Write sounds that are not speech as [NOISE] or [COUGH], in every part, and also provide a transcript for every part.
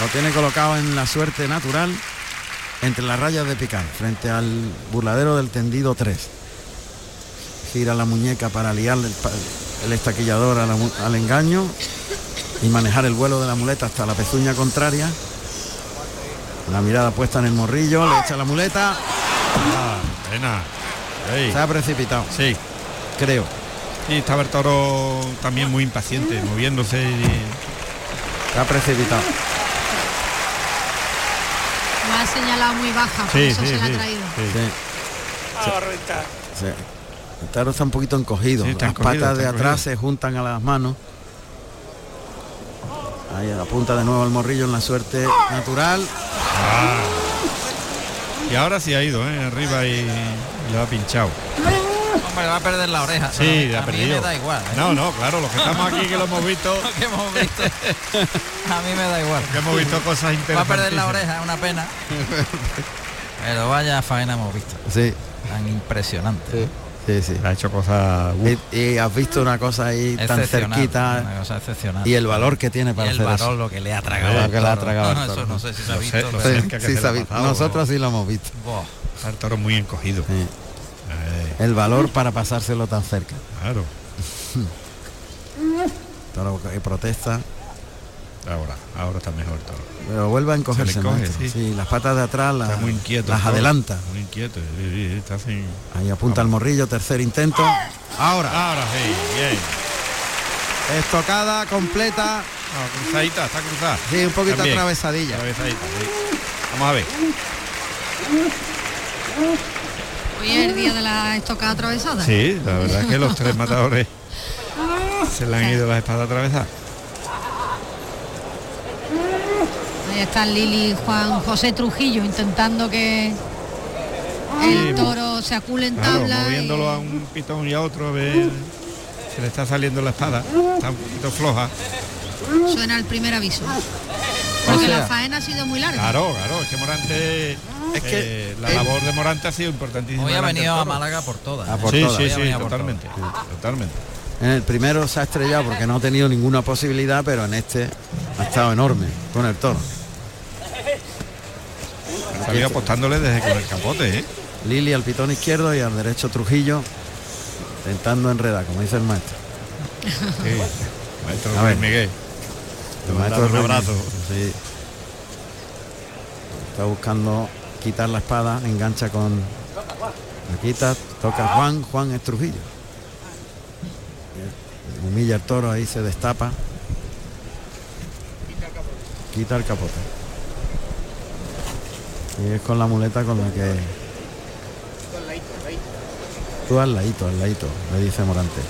Lo tiene colocado en la suerte natural entre las rayas de picar, frente al burladero del tendido 3. Gira la muñeca para liar el, el estaquillador al, al engaño y manejar el vuelo de la muleta hasta la pezuña contraria. La mirada puesta en el morrillo, le echa la muleta. Ah, pena. Ey. Se ha precipitado, Sí. creo. Y estaba el toro también muy impaciente, moviéndose. y- Se ha precipitado. Lo ha señalado muy baja, por eso se la ha traído. sí. Sí, sí. El taro está un poquito encogido. Sí, está las encogido, patas está de atrás encogido. se juntan a las manos. Ahí apunta de nuevo el morrillo en la suerte natural. Y ahora sí ha ido, ¿eh? arriba y, y lo ha pinchado. Hombre, va a perder la oreja. Sí, a la ha mí perdido. me da igual. ¿eh? No, no, claro, los que estamos aquí que lo hemos visto, Lo que hemos visto. [LAUGHS] a mí me da igual. que hemos visto cosas Va a interesantes. perder la oreja, es una pena. Pero vaya faena hemos visto. Sí, Tan impresionante. sí, sí. Ha hecho cosas. uh, Y, y has visto una cosa ahí tan Excepcional, cerquita Una cosa excepcional. y el valor que tiene para el hacer varón eso. lo que le ha tragado. Lo al que le ha toro. tragado al Eso toro. no sé si se ha Lo visto. sé, lo pero- Sí, cerca que sí, se le ha sabi- pasado, nosotros sí lo hemos visto. Buah. está el toro muy encogido. Sí. Eh, El valor para pasárselo tan cerca. claro, Toro que protesta, ahora, ahora está mejor el toro. pero vuelve a encogerse. encoge, maestro. sí. Sí, las patas de atrás las, Está muy inquieto. el Ah, las toro, adelanta. Muy inquieto. sí, sí, sí, está sin- Ahí apunta el morrillo, tercer intento. Ahora, Ahora sí, bien. estocada completa, No, cruzadita, está cruzada. sí, un poquito También. atravesadilla. Atravesadita, sí. Vamos a ver. Hoy es el día de la estocada atravesada. Sí, la verdad es que los tres matadores se le han ido las espadas atravesadas. Ahí están Lili y Juan José Trujillo intentando que el toro se acule en Claro, tabla. y- moviéndolo a un pitón y a otro, a ver. Se le está saliendo la espada, está un poquito floja. Suena el primer aviso. Ah. Porque sea- la faena ha sido muy larga. Claro, claro, es que Morante, es que la labor de Morante ha sido importantísima. Hoy ha delante del venido a toro. Málaga por todas. Ah, ¿eh? por sí, todas. sí, Hoy ha sí, venido por totalmente, totalmente. En el Eh, primero se ha estrellado porque no ha tenido ninguna posibilidad, pero en este ha estado enorme con el toro. Ha venido apostándole desde con el capote, ¿eh? Lili al pitón izquierdo y al derecho Trujillo, intentando enredar, como dice el maestro. Sí. Maestro A Luis ver. Miguel. El Le maestro mandamos un Ruiz, abrazo. sí. Está buscando quitar la espada, engancha con la quita, toca Juan, Juan es Trujillo. Humilla el toro, ahí se destapa. Quita el capote. Y es con la muleta con la que. Tú al ladito, al ladito, le dice Morante.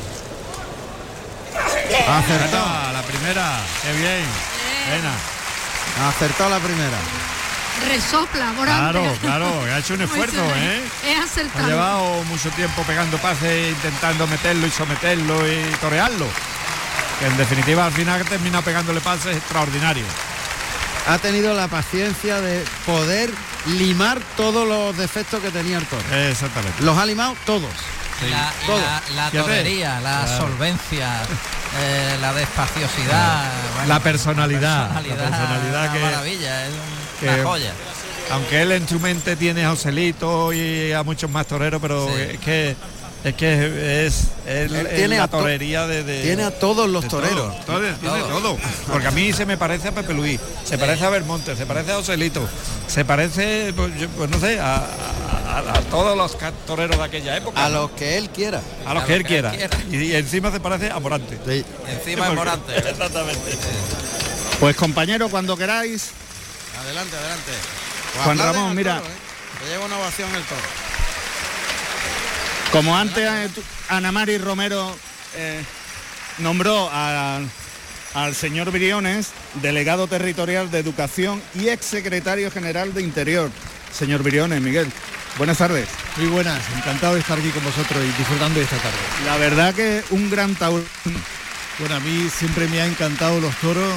Acertó. Ah, la primera, qué bien. Buena. Acertó la primera. Resopla, Morante. [LAUGHS] Claro, claro, ha hecho un esfuerzo, ¿eh? Es Ha acertado. llevado mucho tiempo pegando pases, intentando meterlo y someterlo y torearlo. Que en definitiva al final termina pegándole pases extraordinarios. Ha tenido la paciencia de poder limar todos los defectos que tenía el toro. Exactamente. Los ha limado todos. Y la, y todo. la- la Fíjate. torería, la Claro. solvencia, eh, la despaciosidad. bueno, La personalidad, la personalidad, personalidad una que- maravilla, es un- que- una joya. Aunque él en su mente tiene a Joselito y a muchos más toreros, pero Sí. es que es que es, es Él es tiene la a to- torería de, de- Tiene a todos los de toreros. todo, todo, tiene Todo. todo. Porque a mí se me parece a Pepe Luis, se parece a Belmonte, se parece a Joselito, se parece, pues, yo- pues no sé, a, a- a- a todos los ca- toreros de aquella época. A los que él quiera. A los A que lo él que él quiera. Y, y encima se parece a Morante. Sí. Encima es Morante. Exactamente. Pues compañero, cuando queráis. Adelante, adelante. Juan aplauden Ramón, al mira. toro, ¿eh? Que lleva una ovación el toro. Como antes eh, tú- Ana Mari Romero eh, nombró a- al señor Briones delegado territorial de Educación y exsecretario general de Interior. Señor Briones, Miguel, buenas tardes. Muy buenas, encantado de estar aquí con vosotros y disfrutando de esta tarde. La verdad que un gran taurino. Bueno, a mí siempre me ha encantado los toros,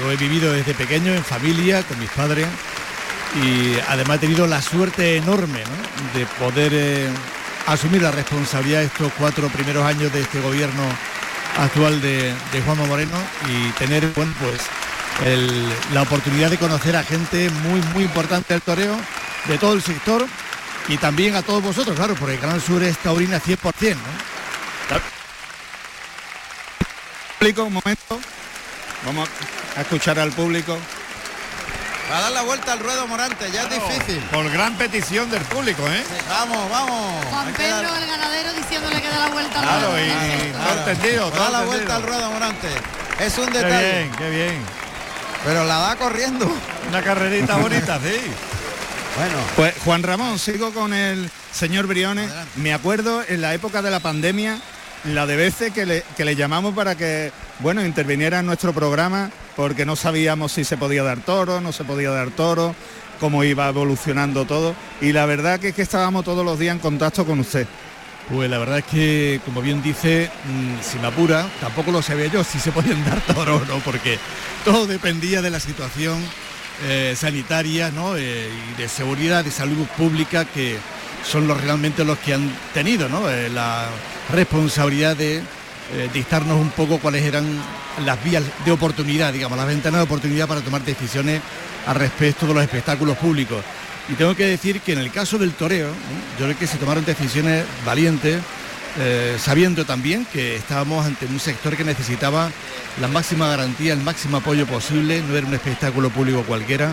lo he vivido desde pequeño en familia, con mis padres, y además he tenido la suerte enorme ¿no? de poder eh, asumir la responsabilidad estos cuatro primeros años de este gobierno actual de, de Juanma Moreno y tener bueno, pues, el- la oportunidad de conocer a gente muy, muy importante del toreo, de todo el sector y también a todos vosotros, claro, porque el Canal Sur es taurina 100%, ¿no? Público, un momento. Vamos a escuchar al público. Va a dar la vuelta al ruedo Morante, ya es difícil. Por gran petición del público, ¿eh? Vamos, vamos. Juan Hay que dar- Pedro, el ganadero, diciéndole que da la vuelta al Claro, Ah, ruedo. y, y Perfecto. todo entendido, Va a dar todo la entendido. vuelta al ruedo Morante. Es un Qué detalle, bien, qué bien. pero la da corriendo. [LAUGHS] Una carrerita bonita, sí. Bueno, Pues Juan Ramón, sigo con el señor Briones. Adelante. Me acuerdo en la época de la pandemia, la de veces que le, que le llamamos para que, bueno, interviniera en nuestro programa, porque no sabíamos si se podía dar toro, no se podía dar toro, cómo iba evolucionando todo. Y la verdad que es que estábamos todos los días en contacto con usted. Pues la verdad es que, como bien dice, mm, si me apura, tampoco lo sabía yo si se podían dar toro o no, porque todo dependía de la situación eh, sanitaria ¿no? Eh, y de seguridad, de salud pública, que son los realmente los que han tenido ¿no? Eh, la responsabilidad de eh, dictarnos un poco cuáles eran las vías de oportunidad, digamos, las ventanas de oportunidad para tomar decisiones al respecto de los espectáculos públicos. Y tengo que decir que en el caso del toreo, ¿no? yo creo que se tomaron decisiones valientes, eh, sabiendo también que estábamos ante un sector que necesitaba la máxima garantía, el máximo apoyo posible, no era un espectáculo público cualquiera,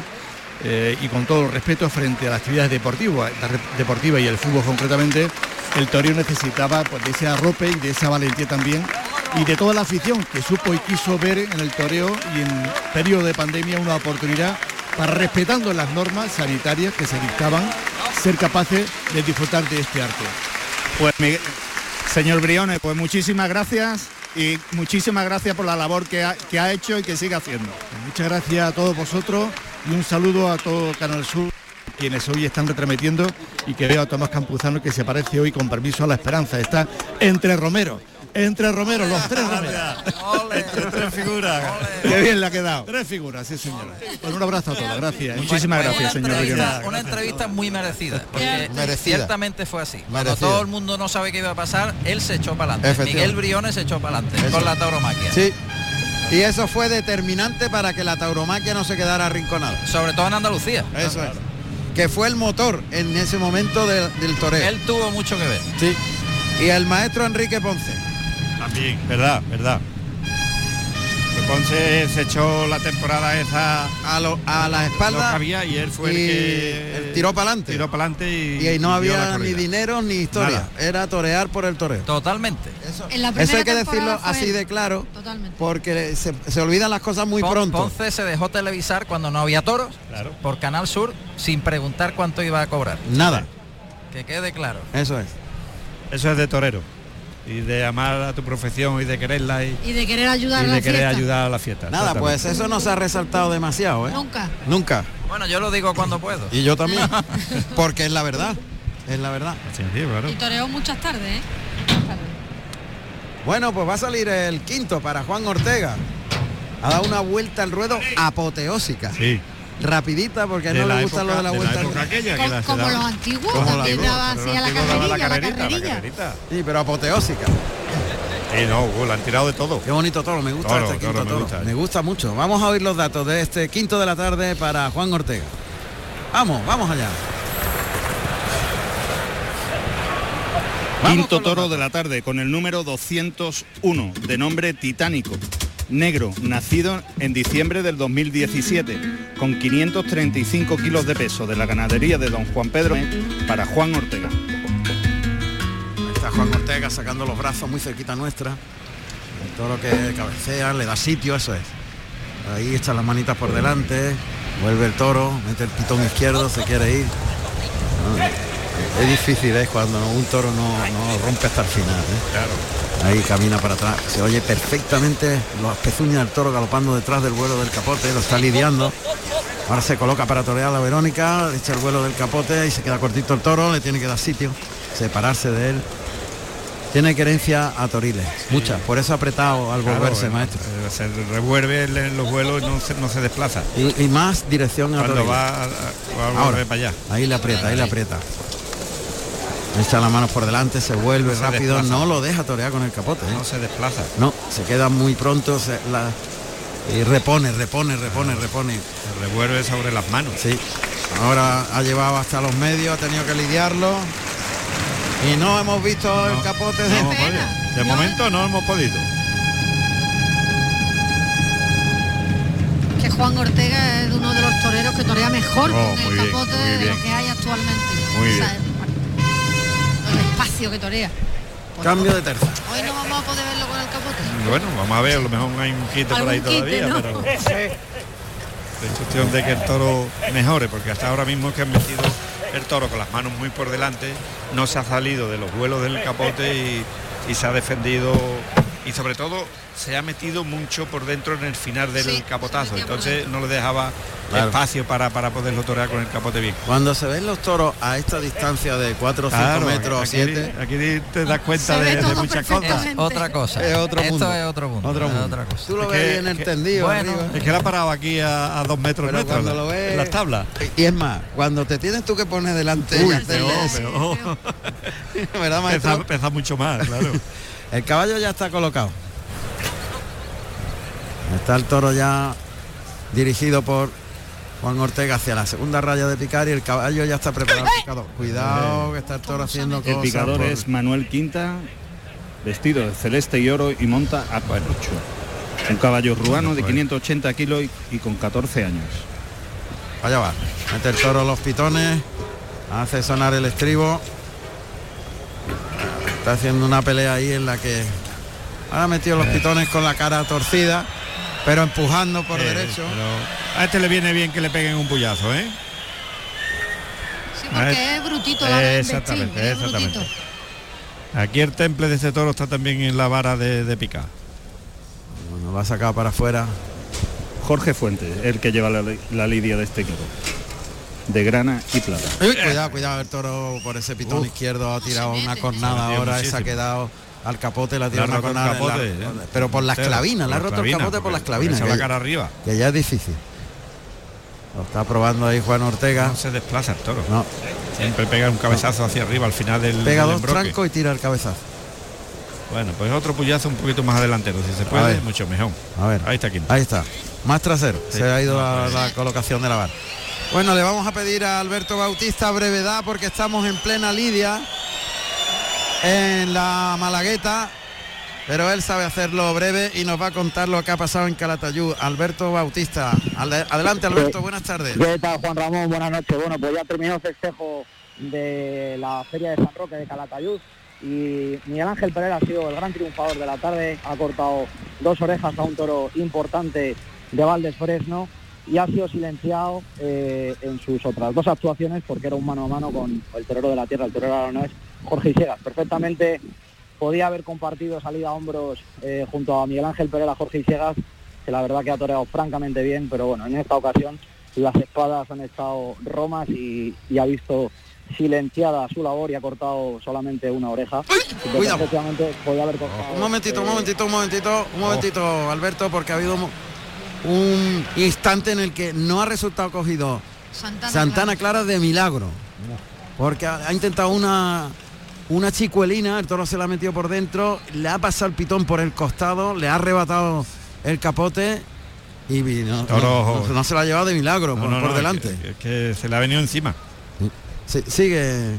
eh, y con todo el respeto frente a las actividades deportivas, la re- deportiva y el fútbol concretamente, el toreo necesitaba pues, de ese arrope y de esa valentía también, y de toda la afición que supo y quiso ver en el toreo y en periodo de pandemia una oportunidad para respetando las normas sanitarias que se dictaban, ser capaces de disfrutar de este arte. Pues Miguel- señor Briones, pues muchísimas gracias y muchísimas gracias por la labor que ha, que ha hecho y que sigue haciendo. Muchas gracias a todos vosotros y un saludo a todo Canal Sur, quienes hoy están retransmitiendo y que veo a Tomás Campuzano que se parece hoy con permiso a la esperanza. Está entre Romero, entre Romero, los tres Romero. [LAUGHS] Entre tres figuras. Qué bien le ha quedado. Tres figuras, sí señora. Bueno, un abrazo a todos, gracias. ¿eh? Muchísimas gracias, una señor entrevista- Briones. Una entrevista muy merecida, porque Merecida. ciertamente fue así. Cuando Merecida. todo el mundo no sabe qué iba a pasar, él se echó para adelante. Efectivamente. Miguel Briones se echó para adelante Eso. con la tauromaquia. sí. Y eso fue determinante para que la tauromaquia no se quedara arrinconada. Sobre todo en Andalucía. Eso es. Que fue el motor en ese momento de- del toreo. Él tuvo mucho que ver. Sí. Y el maestro Enrique Ponce. También, verdad, verdad. Que Ponce se echó la temporada esa A, lo- a la lo que espalda. había y él fue y el que él tiró pa'lante. Tiró pa'lante y, Y ahí no dio la había ni corrida. dinero ni historia. Nada. Era torear por el toreo. Totalmente. Eso, En la eso primera hay que temporada decirlo fue así él. de claro. Totalmente. Porque se, se olvidan las cosas muy Pon- pronto. Ponce se dejó televisar cuando no había toros Claro. por Canal Sur sin preguntar cuánto iba a cobrar. Nada. Que quede claro. Eso es. Eso es de torero. Y de amar a tu profesión y de quererla y, Y de querer ayudar y a la de querer fiesta. ayudar a la fiesta. Nada, exactamente. pues eso no se ha resaltado demasiado, ¿eh? Nunca. Nunca. Bueno, yo lo digo cuando puedo. Y [LAUGHS] yo también. Porque es la verdad. Es la verdad. Sí, sí, claro. Y toreó muchas tardes, ¿eh? Bueno, pues va a salir el quinto para Juan Ortega. Ha dado una vuelta al ruedo apoteósica. Sí. Rapidita porque no le gusta lo de la vuelta al época ruedo. aquella que Co- la se como daba. los antiguos, Como cuando los antiguos, daba Pero así los a la antiguos daban carrerilla, la carrerilla. Sí, pero apoteósica. Sí, no, uh, la han tirado de todo. Qué bonito toro, me gusta Toro, este quinto toro, toro. me gusta. me gusta mucho. Vamos a oír los datos de este quinto de la tarde para Juan Ortega. Vamos, vamos allá. Vamos Quinto con los toro datos. de la tarde con el número 201, de nombre Titánico, negro, nacido en diciembre del 2017, con 535 kilos de peso de la ganadería de don Juan Pedro E para Juan Ortega. Ahí Está Juan Ortega sacando los brazos muy cerquita nuestra. El toro que cabecea, le da sitio, eso es. Ahí echan las manitas por delante, vuelve el toro, mete el pitón izquierdo, se quiere ir. Ah, Es difícil, es cuando un toro no, no rompe hasta el final. ¿eh? Claro. Ahí camina para atrás. Se oye perfectamente los pezuñas del toro galopando detrás del vuelo del capote, lo está lidiando. Ahora se coloca para torear la Verónica, echa el vuelo del capote y se queda cortito el toro, le tiene que dar sitio, separarse de él. Tiene querencia a Toriles, muchas, por eso ha apretado al Claro, volverse, eh, maestro. eh, Se revuelve el- en los vuelos y no se, no se desplaza. Y, y más dirección a Cuando Toriles. va a, a- a Ahora, volver para allá. ahí le aprieta, ahí le aprieta. Echa las manos por delante, se vuelve se rápido, desplaza. no lo deja torear con el capote. ¿eh? No se desplaza. No, se queda muy pronto, se- la- Y repone, repone, repone, repone. Se revuelve sobre las manos. Sí. Ahora ha llevado hasta los medios, ha tenido que lidiarlo. Y no hemos visto el capote de... No hemos pena. podido. De No. momento no hemos podido. Que Juan Ortega es uno de los toreros que torea mejor Oh, con muy el bien, capote muy de bien. lo que hay actualmente. Muy el espacio que torea. Por Cambio de tercio. eso, Hoy no vamos a poder verlo con el capote. Bueno, vamos a ver, a lo mejor hay un quite por ahí Algún quite, todavía, ¿no? pero es cuestión de que el toro mejore, porque hasta ahora mismo que han metido el toro con las manos muy por delante, no se ha salido de los vuelos del capote y, y se ha defendido y sobre todo se ha metido mucho por dentro en el final del Sí, se capotazo, metía por entonces no le dejaba Claro. espacio para, para poderlo torear con el capote bien. Cuando se ven los toros a esta distancia de 4 o 5 Claro, metros o aquí, 7, aquí te das cuenta Se ve de, de todo muchas cosas. perfectamente. Es otra cosa. Es otro Esto mundo. es otro mundo. Otro es mundo. otra cosa. Tú lo Es ves que- bien es que- entendido bueno, arriba. Es que la ha parado aquí a, a dos metros Pero nuestros, cuando la- lo ves- en las tablas. Y es más, cuando te tienes tú que poner delante y Uy, hacerle peor, así, peor. [LAUGHS] ¿verdad, maestro? Pesa, pesa mucho más, claro. El caballo ya está colocado. Está el toro ya dirigido por Juan Ortega hacia la segunda raya de picar y el caballo ya está preparado. al picador. Cuidado que está el toro haciendo El cosas. picador por- es Manuel Quinta, vestido de celeste y oro y monta a Panucho. Un caballo ruano de pues. 580 kilos y, y con 14 años. Allá va. Mete el toro los pitones. Hace sonar el estribo. Está haciendo una pelea ahí en la que ha metido los pitones con la cara torcida, pero empujando [LAUGHS] por Eh, derecho. pero a este le viene bien que le peguen un puyazo, ¿eh? Sí, porque es brutito la hora de investir, Ah, Exactamente, es brutito. exactamente. Aquí el temple de este toro está también en la vara de, de picar. eh. Bueno, va sacado para afuera. Jorge Fuentes, el que lleva la, li- la lidia de este equipo. De grana y plata. Eh. Uy, cuidado, cuidado, el toro por ese pitón izquierdo ha tirado se una mete. cornada Se metió ahora, esa ha muchísimo. quedado al capote, la ha tirado Le ha una roto el cornada. capote, en la- ¿eh? Pero por las Entero. clavinas, le ha Por roto el capote por porque- las porque clavinas. echa la que- cara arriba. que ya es difícil. Lo está probando ahí Juan Ortega. No se desplaza el toro. No, Siempre pega un cabezazo hacia arriba al final del, pega del dos embroque. trancos y tira el cabezazo. Bueno, pues otro puyazo un poquito más adelantero. Si se A puede, ver. mucho mejor. A ver. Ahí está Quinta. Ahí está. Más trasero. Sí, Se ha ido la, más la colocación de la barra. Bueno, le vamos a pedir a Alberto Bautista brevedad porque estamos en plena lidia en la Malagueta. Pero él sabe hacerlo breve y nos va a contar lo que ha pasado en Calatayud. Alberto Bautista. Ale- Adelante, Alberto. Buenas tardes. ¿Qué tal, Juan Ramón? Buenas noches. Bueno, pues ya terminó el festejo de la Feria de San Roque de Calatayud y Miguel Ángel Pereira ha sido el gran triunfador de la tarde. Ha cortado dos orejas a un toro importante de Valdes Fresno y ha sido silenciado eh, en sus otras dos actuaciones porque era un mano a mano con el torero de la tierra, el torero aragonés Jorge Isegas. Perfectamente podía haber compartido salida a hombros eh, junto a Miguel Ángel Pereira, Jorge Isegas, que la verdad que ha toreado francamente bien, pero bueno, en esta ocasión las espadas han estado romas y, y ha visto silenciada su labor y ha cortado solamente una oreja. Porque Cuidado. Efectivamente, podía haber cortado... Un momentito, un eh, momentito, un momentito, un momentito, Alberto, porque ha habido mo- un instante en el que no ha resultado cogido Santana, Santana claro. Clara de milagro. Porque ha ha intentado una una chicuelina, el toro se la ha metido por dentro, le ha pasado el pitón por el costado, le ha arrebatado el capote y vi- no, no- Toro. no- no se la ha llevado de milagro No, por, no, por no, delante. es que- es que se le ha venido encima. Sí, sigue,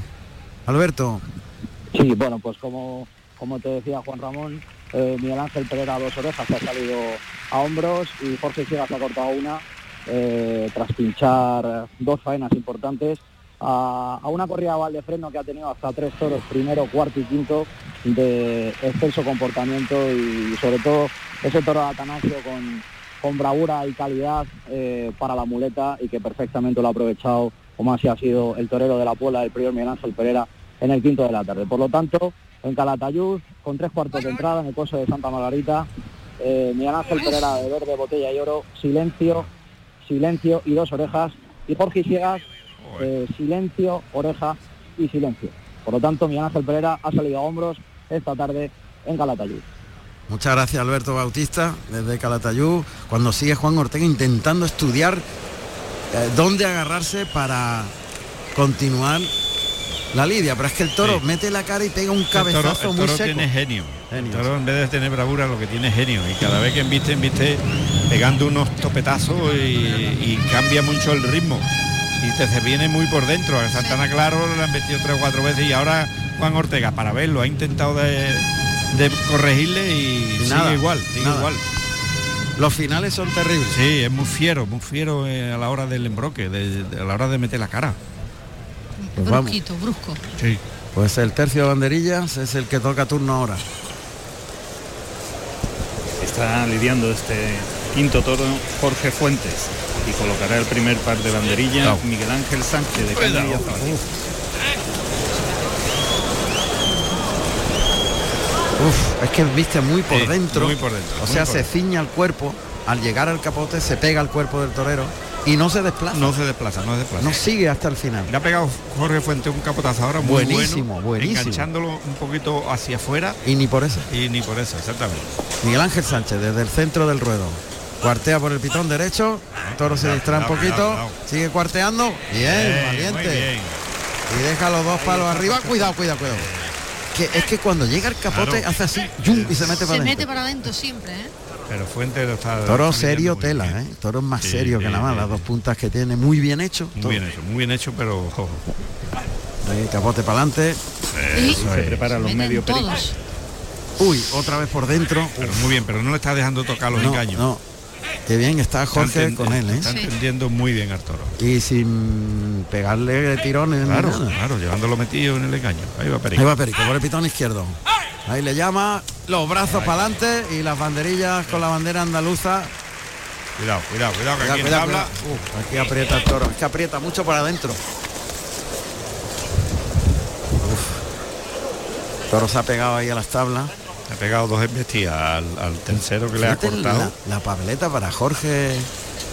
Alberto. Sí, bueno, pues como, como te decía Juan Ramón, eh, Miguel Ángel Pereira a dos orejas se ha salido a hombros y Jorge Siegas ha cortado una eh, tras pinchar dos faenas importantes a, a una corrida de Valdefreno que ha tenido hasta tres toros, primero, cuarto y quinto, de exceso comportamiento y sobre todo ese toro de Atanasio con, con bravura y calidad eh, para la muleta y que perfectamente lo ha aprovechado, como así ha sido el torero de la Puebla, el prior Miguel Ángel Pereira, en el quinto de la tarde. Por lo tanto, en Calatayud, con tres cuartos de entrada en el coso de Santa Margarita, eh, Miguel Ángel Pereira de verde, botella y oro, silencio, silencio y dos orejas, y Jorge Siegas, eh, silencio, oreja y silencio. Por lo tanto, Miguel Ángel Pereira ha salido a hombros esta tarde en Calatayud. Muchas gracias Alberto Bautista desde Calatayud, cuando sigue Juan Ortega intentando estudiar eh, dónde agarrarse para continuar la lidia, pero es que el toro Sí. mete la cara y pega un El toro- cabezazo el muy toro seco. tiene genio. El toro en vez de tener bravura lo que tiene es genio y cada vez que inviste, inviste pegando unos topetazos y, y cambia mucho el ritmo y te se viene muy por dentro. A Santana Claro le han metido tres o cuatro veces y ahora Juan Ortega para verlo ha intentado de, de corregirle y, Y nada, sigue igual, sigue nada. igual. Los finales son terribles. Sí, es muy fiero, muy fiero eh, a la hora del embroque, de- de- a la hora de meter la cara. Pues vamos. brusquito, brusco. Sí. Pues el tercio de banderillas es el que toca turno ahora. Está lidiando este quinto toro Jorge Fuentes y colocará el primer par de banderilla Cuidado. Miguel Ángel Sánchez de Cuidado. Cádiz y Aznar. Uf, es que viste muy por Sí, dentro. muy por dentro, O muy sea, por se dentro. ciña el cuerpo, al llegar al capote se pega al cuerpo del torero y no se desplaza. No, No se desplaza, no se desplaza. sigue hasta el final. Le ha pegado Jorge Fuente un capotazo ahora muy Buenísimo, bueno, buenísimo. enganchándolo un poquito hacia afuera Y ni por eso. y ni por eso, exactamente. Miguel Ángel Sánchez desde el centro del ruedo. Cuartea por el pitón derecho, el toro se Ah, Cuidado, distrae un cuidado, poquito, cuidado, cuidado. sigue cuarteando, bien, Bien, valiente, muy bien. y deja los dos palos arriba, cuidado, cuidado, cuidado. Que es que cuando llega el capote Claro. hace así, yum, y se mete Se para mete adentro. para adentro siempre, ¿eh? Pero Fuente lo está. Toro está lidiando serio muy tela, bien. ¿eh? Toro es más Sí, serio sí, que la mala, sí, las dos sí. puntas que tiene, muy bien hecho. Muy todo. bien hecho, muy bien hecho, pero ojo, Ahí, capote para adelante. Y Se prepara los meten medios pericos. todos. Uy, otra vez por dentro. pero muy bien, pero no le está dejando tocar los No, engaños. no. Qué bien está Está Jorge enten- con él, ¿eh? Está Sí. entendiendo muy bien al toro. Y sin pegarle tirones ni Claro, nada. claro, llevándolo metido en el engaño. Ahí va Perico. Ahí va Perico, por el pitón izquierdo. Ahí le llama, los brazos para adelante y las banderillas con la bandera andaluza. Cuidado, cuidado, cuidado, que Cuidado, aquí en cuidado, tabla. cuidado. Uf, aquí aprieta el toro, es que aprieta mucho para adentro. Uf. El toro se ha pegado ahí a las tablas. Ha pegado dos embestidas al, al tercero que le ha Fíjate cortado. la, la papeleta para Jorge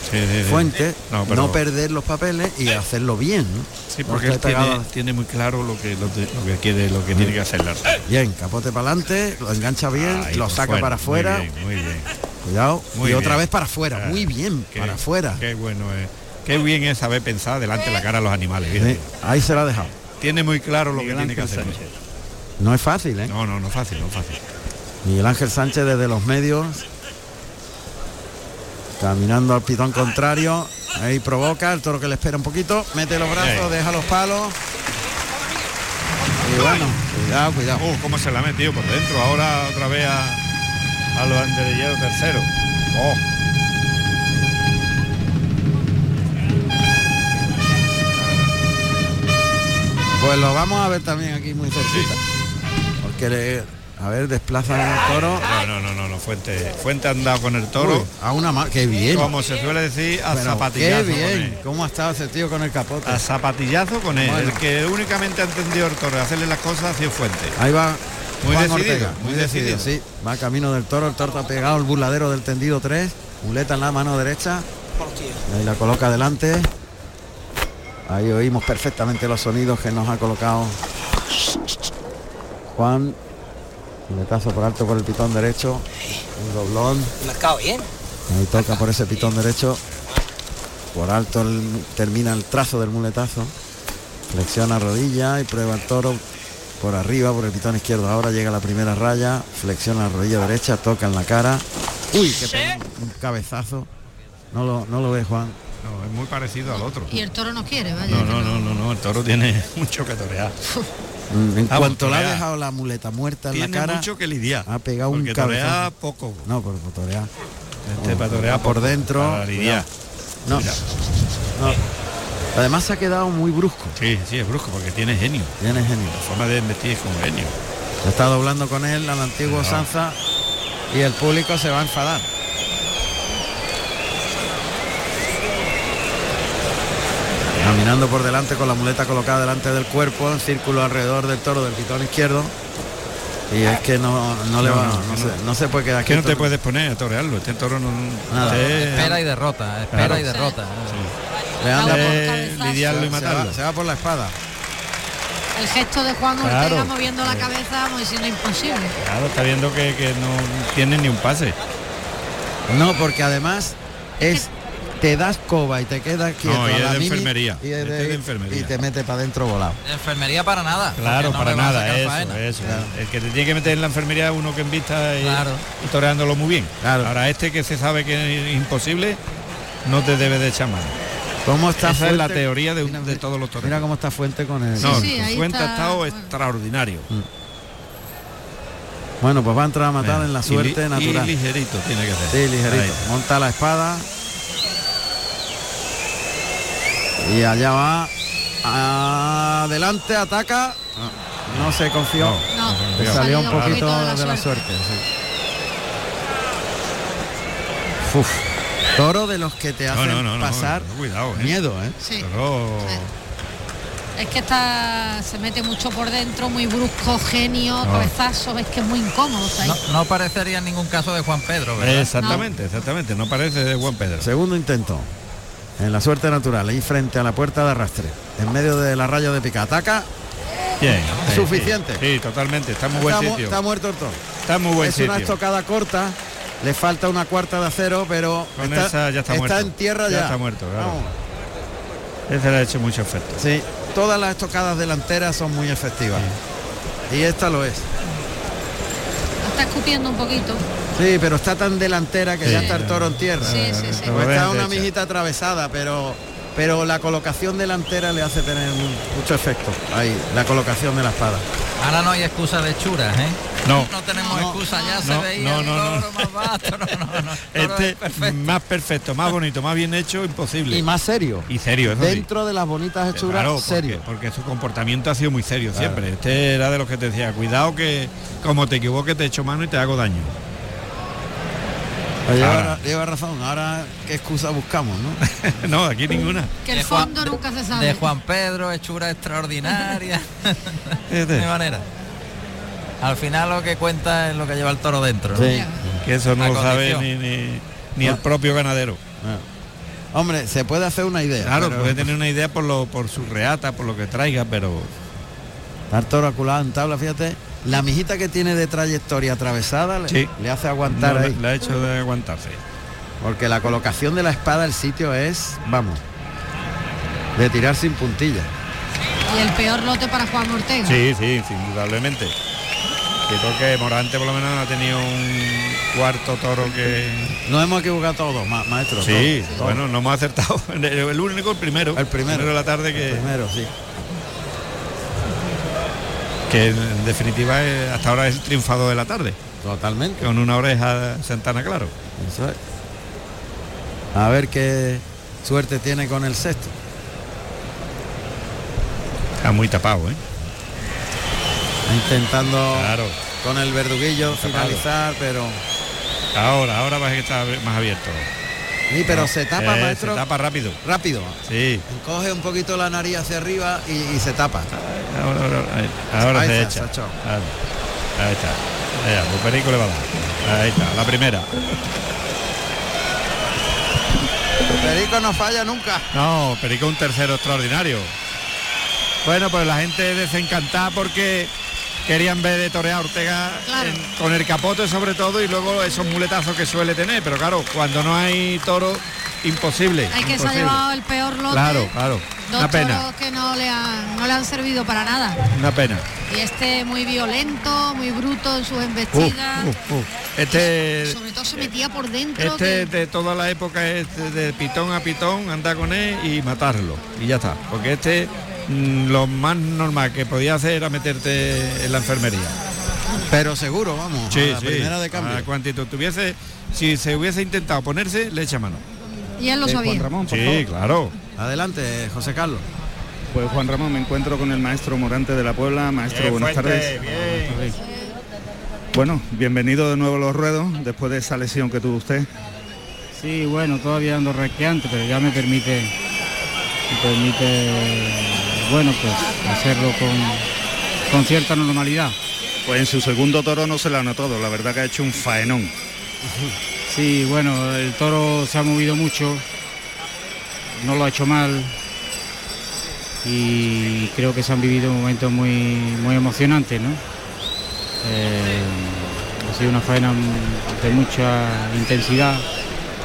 Sí, sí, sí. Fuentes, No, no, pero- perder los papeles y hacerlo bien. ¿no? Sí, No porque él estar pegado tiene, tiene muy claro lo que, lo, de- lo que quiere, lo que tiene que hacer. la- a- Bien, capote para adelante, lo engancha bien, Ahí, lo por saca para afuera. Muy bien, muy bien. Cuidado. Muy y otra bien. Ah, vez para afuera. Muy bien, Qué- para afuera. Qué bueno es. Qué bien es saber pensar delante de la cara a los animales. Sí, fíjate. ahí se la ha dejado. Tiene muy claro lo Miguel que tiene que Ángel hacer. Sánchez. No es fácil, ¿eh? No, no, no es fácil, no es fácil. Miguel Ángel Sánchez desde los medios. Caminando al pitón contrario. Ahí provoca, el toro que le espera un poquito. Mete los brazos, Sí. deja los palos. Y bueno, cuidado, cuidado. Uh, cómo se la ha metido por dentro. Ahora otra vez a, a los banderilleros terceros. Oh, Pues lo vamos a ver también aquí muy cerquita. Porque le- a ver, desplazan al toro. no, no, no, no, no, Fuente, Fuente ha andado con el toro. Uy, a una más. Qué bien. Como se suele decir, a Pero qué zapatillazo con bien. él. ¿Cómo ha estado ese tío con el capote? A zapatillazo con él. Bueno. El que únicamente ha entendido el toro, hacerle las cosas hacia Fuente. Ahí va. Muy Juan decidido, Ortega, muy decidido. Sí, va camino del toro, el toro está pegado el burladero del tendido 3, muleta en la mano derecha. Ahí la coloca adelante. Ahí oímos perfectamente los sonidos que nos ha colocado Juan. Muletazo por alto por el pitón derecho. Un doblón. Marcado bien. Ahí toca por ese pitón derecho. Por alto el- termina el trazo del muletazo. Flexiona rodilla y prueba el toro por arriba, por el pitón izquierdo. Ahora llega la primera raya, flexiona la rodilla derecha, toca en la cara. Uy, que pega un cabezazo. No lo, no lo ve Juan. No, es muy parecido al otro. Y el toro no quiere, vaya. No, no, no, no, no, el toro tiene [LAUGHS] mucho que torear. Mm, En Ah, cuanto le ha vea. dejado la muleta muerta en la Tiene cara, mucho que lidiar. ha pegado un porque torea cabezazo. poco. no por torear. Este para torear por poco, dentro, Para lidiar. No, Mira. no. Además se ha quedado muy brusco. Sí, sí, es brusco porque tiene genio. Tiene genio. La forma de vestir es con genio. Lo Está doblando con él al antiguo Sanza y el público se va a enfadar. Caminando por delante con la muleta colocada delante del cuerpo, en círculo alrededor del toro del pitón izquierdo. Y es que no, no le No, va, no, no, no, se, no se puede quedar Es que no te quieto. puedes poner a torearlo. Este toro no. Nada. Este- Espera y derrota, espera Claro. y derrota. Le anda por- Eh, lidiarlo y se, matarlo. va, se va por la espada. El gesto de Juan Ortega Claro. Eh. moviendo la cabeza como diciendo imposible. Claro, está viendo que, que no tiene ni un pase. No, porque además es te das coba y te quedas quieto. No, y a es la de mini enfermería, Y, es este de- es de enfermería. y te mete para adentro volado. Enfermería para nada. Claro, porque no para le van a nada, sacar eso, faena. eso. El que te tiene que meter en la enfermería es uno que en vista y, Claro. y toreándolo muy bien. Claro. Ahora este que se sabe que es imposible, no te debe de echar mano. ¿Cómo está Esa es la Fuente? teoría de, un- de todos los toreros. Mira cómo está Fuente con el. No, Sí, sí, ahí Fuente está, ha estado bueno. extraordinario. Bueno, pues va a entrar a matar Venga, en la y suerte li- natural. Y ligerito tiene que ser. Sí, ligerito. Ahí. Monta la espada. Y allá va. Adelante, ataca. No se confió. No, Le ha salió un salido poquito de la suerte. sí. Uf. Toro de los que te No, hacen no, no, no, pasar cuidado, ¿eh? miedo, ¿eh? Sí. Pero- Es que está, se mete mucho por dentro, muy brusco, genio, cabezazo, es que es muy incómodo. o sea, No, no parecería en ningún caso de Juan Pedro, Eh. ¿verdad? Exactamente, exactamente. No parece de Juan Pedro. Segundo intento. En la suerte natural, ahí frente a la puerta de arrastre. En medio de la raya de pica. Ataca. Bien, sí, Suficiente. Sí, sí, totalmente. Está en muy buen Está, mu- sitio. está muerto el toro. Está en muy buen es sitio. una estocada corta, le falta una cuarta de acero, pero Con esa ya está muerto. en tierra ya. Ya está muerto, claro. Vamos, Ese le ha hecho mucho efecto. sí, todas las estocadas delanteras son muy efectivas. Y esta lo es. está escupiendo un poquito. Sí, pero está tan delantera que ya está el toro en tierra. Sí, sí, sí. O Lo está ves una derecha. mijita atravesada, pero pero la colocación delantera le hace tener un- mucho efecto. Ahí, la colocación de la espada. Ahora no hay excusa de churas, ¿eh? No. No tenemos excusa, ya se no, veía no, el no, no. toro más vasto, no, no, no. El toro Este es perfecto. más perfecto, más bonito, más bien hecho, imposible. Y más serio. Y serio, eso sí. Dentro de las bonitas hechuras, Claro, porque- serio. Porque, su comportamiento ha sido muy serio siempre. Este era de los que te decía, cuidado que como te equivoques te echo mano y te hago daño. [LAUGHS] Pues Lleva, Ahora. ra- lleva razón, ahora qué excusa buscamos, [LAUGHS] ¿no? no, aquí ninguna. Que el De Juan- fondo nunca se sabe. De Juan Pedro, [LAUGHS] hechura extraordinaria. Fíjate, de manera. Al final lo que cuenta es lo que lleva el toro dentro. ¿no? Sí. que eso no La lo sabe ni, condición. ni- ni Ah. el propio ganadero. Hombre, se puede hacer una idea. Claro, pero puede tener una idea por lo por su reata, por lo que traiga, pero Estar toro aculado en tabla, fíjate. La mijita que tiene de trayectoria atravesada le, Sí. le hace no aguantar le, ahí. le ha hecho de aguantarse. Porque la colocación de la espada, el sitio es, vamos, de tirar sin puntilla. Y el peor lote para Juan Ortega. Sí, sí, sí, indudablemente. Yo creo que Morante por lo menos ha tenido un cuarto toro que. Nos hemos equivocado todos, ma- maestro. Sí, todos, todos. bueno, no hemos acertado. [LAUGHS] El, el único, el primero. El primero. de la tarde que, Primero, sí. que en definitiva eh, hasta ahora es el triunfado de la tarde. Totalmente. Con una oreja Santana, claro. Eso es. A ver qué suerte tiene con el sexto. Está muy tapado, ¿eh? Intentando Claro. con el verduguillo Tapado. finalizar, pero. Ahora, ahora va a estar más abierto. Sí, pero se tapa, Eh, maestro. Se tapa rápido. Rápido. Sí. Coge un poquito la nariz hacia arriba y, y se tapa. Ahora, ahora, ahora Ahí se está, se ha echa. echado. Ahí, ahí está. Ahí, está. pues Perico le va a dar. Ahí está, la primera. Perico no falla nunca. No, Perico un tercero extraordinario. Bueno, pues la gente desencantada porque querían ver de torear a Ortega Claro. en- con el capote sobre todo y luego esos muletazos que suele tener, pero claro, cuando no hay toro, imposible. Hay que se ha imposible. llevado el peor lote. Claro, claro. Dos Una pena, toros que no le, han, no le han servido para nada. una pena. Y este muy violento, muy bruto en sus Uh, embestidas. uh, uh. Este Sobre todo se metía por dentro. Este que- de toda la época es de- de pitón a pitón, andar con él y matarlo. Y ya está. Porque este mm, lo más normal que podía hacer era meterte en la enfermería. Pero seguro, vamos. a la primera de A cambio. cuantito tuviese, si se hubiese intentado ponerse, le echa mano. Y él lo Eh, Juan sabía. Ramón, por Sí, favor. claro. Adelante, José Carlos. Pues Juan Ramón, me encuentro con el maestro Morante de la Puebla. Maestro, buenas tardes. Bueno, bienvenido de nuevo a los ruedos, después de esa lesión que tuvo usted. Sí, bueno, todavía ando rasqueante, pero ya me permite, me permite, bueno, pues hacerlo con, con cierta normalidad. Pues en su segundo toro no se la ha todo, la verdad que ha hecho un faenón. Sí, bueno, el toro se ha movido mucho, no lo ha hecho mal y creo que se han vivido momentos muy, muy emocionantes, ¿no? Eh, ha sido una faena de mucha intensidad,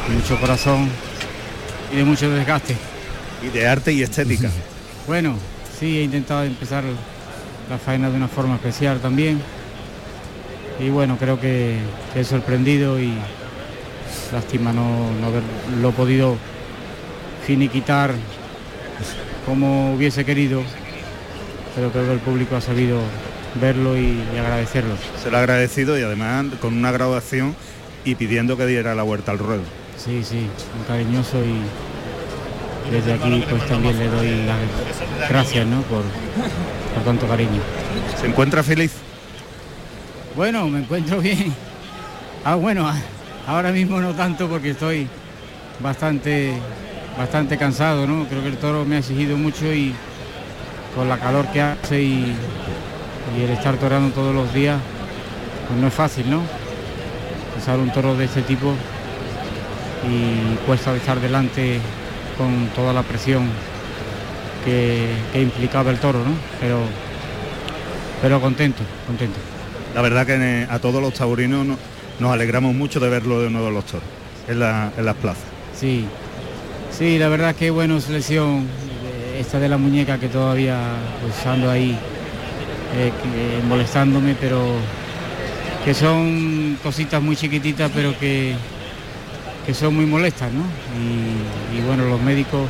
de mucho corazón y de mucho desgaste. Y de arte y estética. Bueno, sí, he intentado empezar la faena de una forma especial también. Y bueno, creo que, que he sorprendido y lástima no, no haberlo podido finiquitar como hubiese querido. Pero creo que el público ha sabido verlo y, y agradecerlo. Se lo ha agradecido y además con una graduación y pidiendo que diera la vuelta al ruedo. Sí, sí, muy cariñoso y desde aquí pues también le doy las gracias ¿no? por, por tanto cariño. ¿Se encuentra feliz? Bueno, me encuentro [LAUGHS] bien. Ah, bueno, ahora mismo no tanto porque estoy bastante bastante cansado, ¿no? Creo que el toro me ha exigido mucho y con la calor que hace y, y el estar torando todos los días, pues no es fácil, ¿no? Pasar un toro de este tipo y cuesta estar delante con toda la presión que, que implicaba el toro, ¿no? Pero, pero contento, contento. La verdad que eh, a todos los taurinos no- nos alegramos mucho de verlo de nuevo a los toros en, la- en las plazas. Sí, sí, la verdad que bueno es lesión, eh, esta de la muñeca que todavía pues, ando ahí eh, que- eh, molestándome, pero que son cositas muy chiquititas, pero que, que son muy molestas, ¿no? Y, y, bueno, los médicos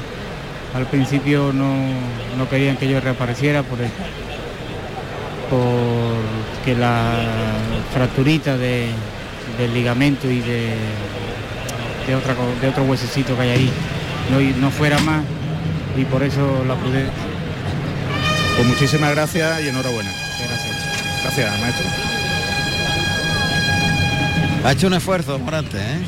al principio no, no querían que yo reapareciera por el- porque la fracturita de- del ligamento y de de, otra, co- de otro huesecito que hay ahí, no, y no fuera más y por eso la prudencia. Pues muchísimas gracias y enhorabuena. Gracias. Gracias, maestro. Ha hecho un esfuerzo, Morante, ¿eh?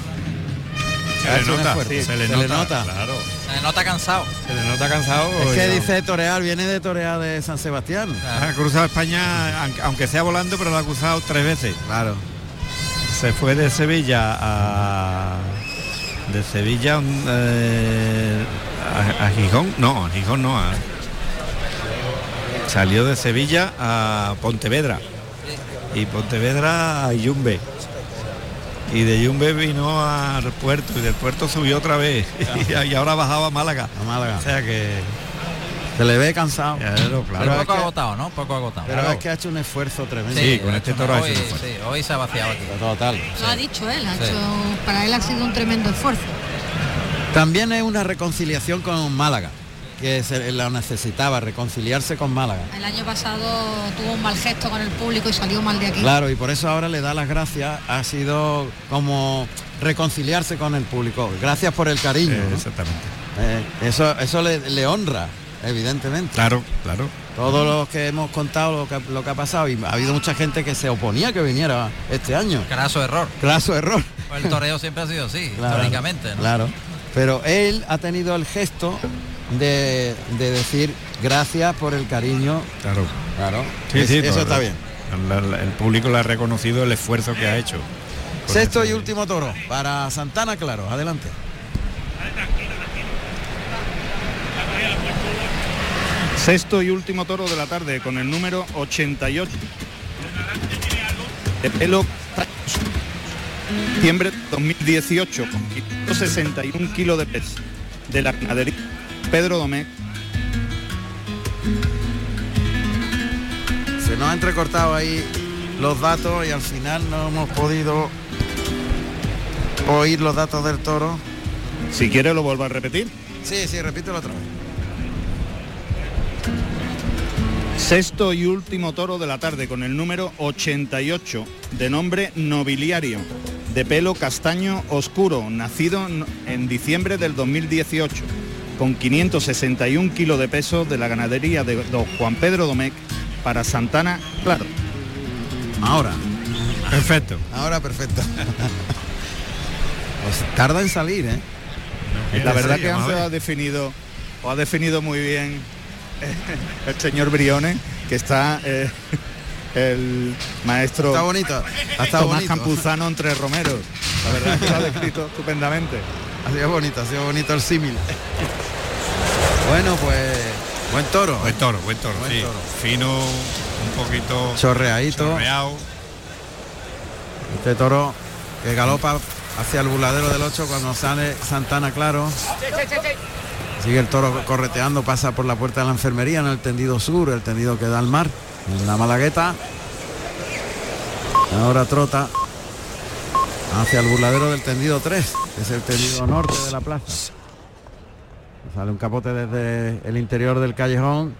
Se Ha le hecho un nota, esfuerzo. sí, se le nota, claro. Se nota cansado. Se le nota cansado. Es y que no. dice torear, viene de torear de San Sebastián. Ha cruzado España, aunque- aunque sea volando, pero la ha cruzado tres veces. Claro. Se fue de Sevilla a... De Sevilla mm, eh, a, a Gijón. No, a Gijón no. a- salió de Sevilla a Pontevedra. Y Pontevedra a Yumbe. Y de Yumbe vino al puerto y del puerto subió otra vez. [LAUGHS] y ahora bajaba a Málaga. A Málaga. O sea que... Se le ve cansado. Claro, Pero claro. es poco que- agotado, ¿no? Poco agotado. Pero es que ha hecho un esfuerzo tremendo. Sí, con este toro ha hecho hoy, un esfuerzo. sí, hoy se ha vaciado aquí. Total. Lo ha dicho él, ha Sí. hecho, para él ha sido un tremendo esfuerzo. También es una reconciliación con Málaga, que se la necesitaba, reconciliarse con Málaga. El año pasado tuvo un mal gesto con el público y salió mal de aquí. Claro, y por eso ahora le da las gracias. Ha sido como reconciliarse con el público. Gracias por el cariño. Eh, ¿no? Exactamente. Eh, eso eso le, le honra, evidentemente. Claro, claro. Todo lo que hemos contado, lo que, ha- lo que ha pasado, y ha habido mucha gente que se oponía que viniera este año. Craso error. Claro, error. El toreo siempre ha sido así, históricamente, ¿no? Claro. Pero él ha tenido el gesto de, de decir gracias por el cariño. Claro. Claro. Sí, Es- sí, eso todo. está bien. La- la- el público le ha reconocido el esfuerzo que ha hecho. Con Sexto este- y último toro para Santana Claro. Adelante. Sexto y último toro de la tarde con el número 88. De pelo francés. septiembre 2018 con 161 kilos de peso de la ganadería Pedro Domé. Se nos han entrecortado ahí los datos y al final no hemos podido oír los datos del toro. Si quiere lo vuelvo a repetir. Sí, sí, repítelo otra vez. Sexto y último toro de la tarde con el número 88, de nombre nobiliario, de pelo castaño oscuro, nacido en, en diciembre del 2018, con 561 kilos de peso de la ganadería de don Juan Pedro Domecq para Santana, claro. Ahora, Perfecto. ahora perfecto. Pues tarda en salir, ¿eh? La verdad Sí, que vamos a Ángel ver. ha definido, o ha definido muy bien eh, el señor Briones, que está eh, [LAUGHS] el maestro Está bonito. Ha estado Tomás bonito. Campuzano entre romeros. La verdad es que lo ha descrito estupendamente. Ha sido bonito, ha sido bonito el símil. Bueno, pues buen toro. Buen toro, buen toro, Buen sí. toro. Fino, un poquito Chorreadito. chorreado. Este toro que galopa hacia el burladero del 8 cuando sale Santana Claro. Sigue el toro correteando, pasa por la puerta de la enfermería en el tendido sur, el tendido que da al mar, en la malagueta. Ahora trota hacia el burladero del tendido 3, que es el tendido norte de la plaza. Sale un capote desde el interior del callejón.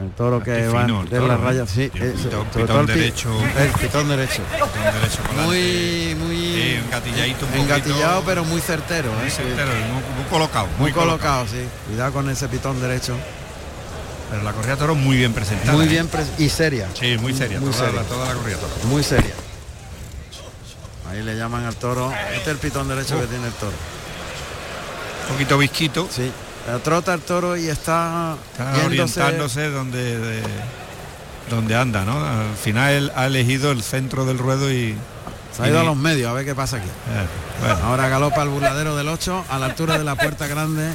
El toro Está que va fino de el toro, la ¿eh? raya, sí, Tiene eh, pitón- sobre pitón todo el pi- derecho. El pitón derecho. Con derecho para adelante. Muy, muy Sí, engatilladito un poquito. engatillado, pero muy certero. ¿eh? Muy Sí. certero, muy, muy colocado. Muy colocado, sí. Cuidado con ese pitón derecho. Pero la corrida toro muy bien presentada. Muy ¿eh? bien pres- y seria. Sí, muy seria. Muy toda, seria. La, toda la corrida toro. Muy seria. Ahí le llaman al toro. Este es el pitón derecho que tiene el toro. Un poquito visquito. Sí. Eh, Trota el toro y está, Está yéndose- orientándose donde de- donde anda, ¿no? Al final él ha elegido el centro del ruedo y. Se ha ido a los medios, a ver qué pasa aquí. eh, bueno, Ahora galopa el burladero del 8 a la altura de la puerta grande.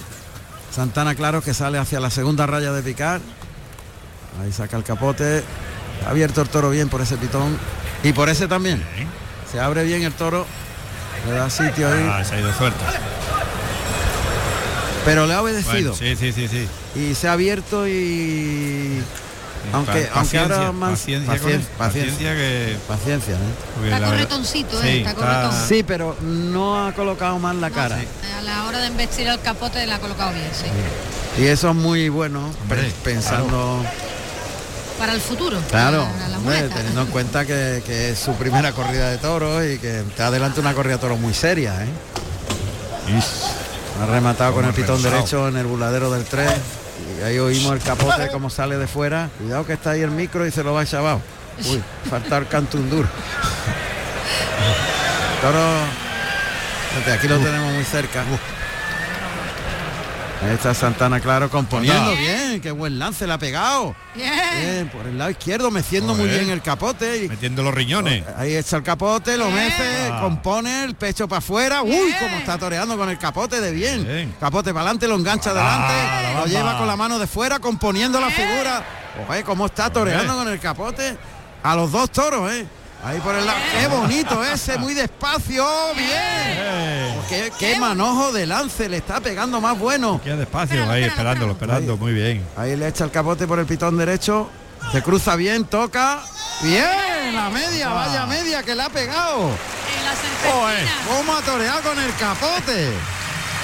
Santana Claro que sale hacia la segunda raya de picar. Ahí saca el capote. Ha abierto el toro bien por ese pitón. Y por ese también. Se abre bien el toro. Le da sitio ahí. ah, se ha ido suelto. Pero le ha Bueno, obedecido. sí, sí, sí, sí. Y se ha abierto y. Aunque- Pa- aunque paciencia, ahora más- paciencia, con- paciencia, paciencia. paciencia que Paciencia, ¿eh? porque Está la verdad- corretoncito, ¿eh? Sí, Está Ah. corretón. Eh, Sí, pero no ha colocado mal la cara. A la hora de investir el capote la ha colocado bien, sí. Y eso es muy bueno, Hombre, pe- pensando. Para el futuro. Claro, para la hombre, muleta. teniendo en cuenta que, que es su primera corrida de toros y que te adelanta una corrida de toros muy seria. ¿eh? Ha rematado con Cómo el pitón enrevesado. derecho en el burladero del 3. Y ahí oímos el capote como sale de fuera. Cuidado que está ahí el micro y se lo va chavado. Uy, faltar [LAUGHS] cantundur. El Toro. fíjate, Aquí lo tenemos muy cerca. Ahí está Santana Claro componiendo bien, qué buen lance le ha pegado. Bien. Bien, por el lado izquierdo, meciendo muy Joder. bien el capote. y- metiendo los riñones. Ahí echa el capote, lo mece, Ah. compone el pecho para afuera. Uy, Bien. como está toreando con el capote de bien. Bien. Ah, Capote para adelante, lo engancha adelante, lo lleva con la mano de fuera, componiendo la figura. Oye, cómo está toreando con el capote a los dos toros, ¿eh? Ahí por el lado. Qué bonito ese, muy despacio, bien. Oh, Qué, qué manojo de lance, le está pegando más bueno. Queda despacio, Espéralo, ahí espéralo, esperándolo, esperando, muy bien. Ahí le echa el capote por el pitón derecho. Se cruza bien, toca. Bien, la media, vaya media que le ha pegado. En la serpentina. ¿Cómo ha toreado con el capote?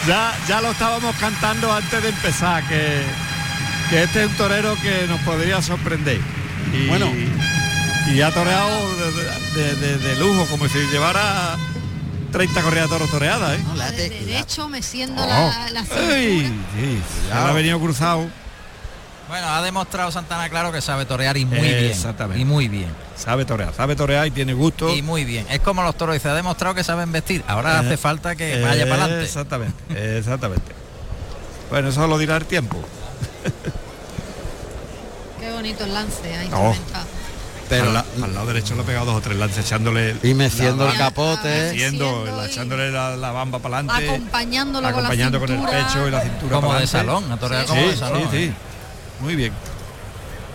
Ya, ya lo estábamos cantando antes de empezar, que, que este es un torero que nos podría sorprender. Y, Bueno. y ha toreado de, de- de- de lujo, como si llevara 30 corridas de toros toreadas, ¿eh? No, la te- De derecho meciendo Oh. la, la cintura. ¡Ey! Sí, se le ha venido cruzado. Bueno, ha demostrado Santana Claro que sabe torear y muy Exactamente. bien. Y muy bien. Sabe torear, sabe torear y tiene gusto. Y muy bien. Es como los toros, dice, ha demostrado que saben vestir. Ahora Eh, hace falta que vaya para adelante. Exactamente, exactamente. Bueno, eso lo dirá el tiempo. Qué bonito el lance. Ahí Oh. está. Pero al, la- al lado derecho le ha pegado dos o tres lances echándole Y meciendo la- el capote. eh. Haciendo, la- y- echándole la, la bamba para adelante, Acompañándolo con la acompañando con, el cintura. pecho y la cintura Como para de adelante. salón, ha toreado Sí, como de Sí, salón. sí, sí. eh. Muy bien.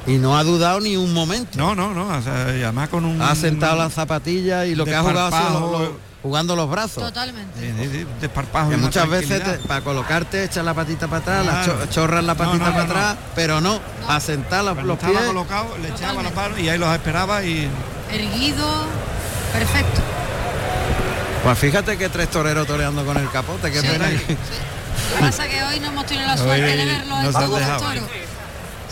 Y no ha dudado ni un momento. No, no, no. o sea, y además con un. Ha sentado las zapatillas y lo que ha jugado ha sido los- los- jugando los brazos. Totalmente. Sí, sí, sí, un desparpajo. y Que una muchas veces tranquilidad. te- para colocarte echas la patita para atrás, la Claro. cho- chorras la No, patita no, para no, atrás, pero no, asentar la- Cuando los estaba pies. colocado, le echaba la mano y ahí los esperaba y. Erguido. Perfecto. Pues fíjate que tres toreros toreando con el capote, qué Sí. pena. Sí. Lo que pasa es que hoy no hemos tenido la suerte de verlo en no se han todos los dejado. Eh, toros.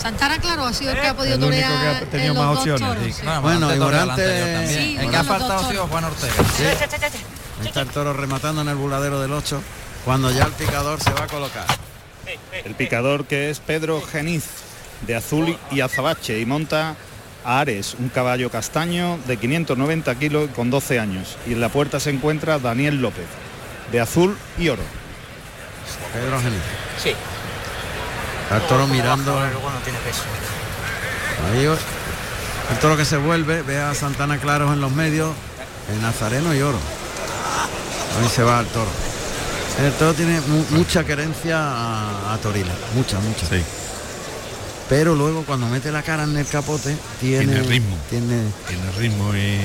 Santana, claro, ha sido el que ha podido El único que ha torear tenido en los más dos opciones, toros, sí. sí. Bueno, antes y toreó Morante- el anterior también. Sí, el que bueno, ha los dos faltado ha sido toros. Juan Ortega. Ahí está el toro rematando en el burladero del 8, cuando ya el picador se va a colocar. El picador que es Pedro Geniz, de azul y azabache, y monta a Ares, un caballo castaño de 590 kilos y con 12 años. Y en la puerta se encuentra Daniel López, de azul y oro. Pedro Geniz. Sí. Está el toro mirando. Luego no tiene peso. Ahí va. el toro que se vuelve, ve a Santana Claros en los medios, en Nazareno y Oro. Ahí se va el toro. El toro tiene mu- mucha querencia a, a Torila, mucha, mucha. Sí. Pero luego cuando mete la cara en el capote, tiene, Tiene ritmo. Tiene, Tiene ritmo y.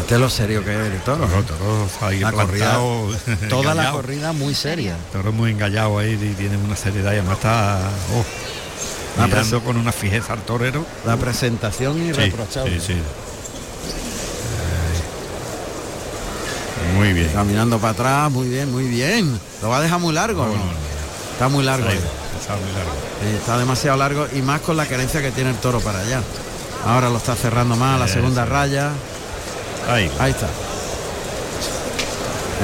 Este es lo serio que es el toro. Toro, ¿eh? toro ahí La corrida, plantado, toda la engallado. corrida muy seria. Toro muy engallado ahí y tiene una seriedad y además está oh, La mirando presi- con una fijeza al torero. La presentación irreprochable. Sí, sí. Ay. Muy bien. Caminando para atrás, muy bien, muy bien. Lo va a dejar muy largo. ¿no? Está muy largo. eh. Ahí, está muy largo. Sí, está demasiado largo y más con la carencia que tiene el toro para allá. Ahora lo está cerrando más, la Eso. segunda raya. Ahí. Ahí está.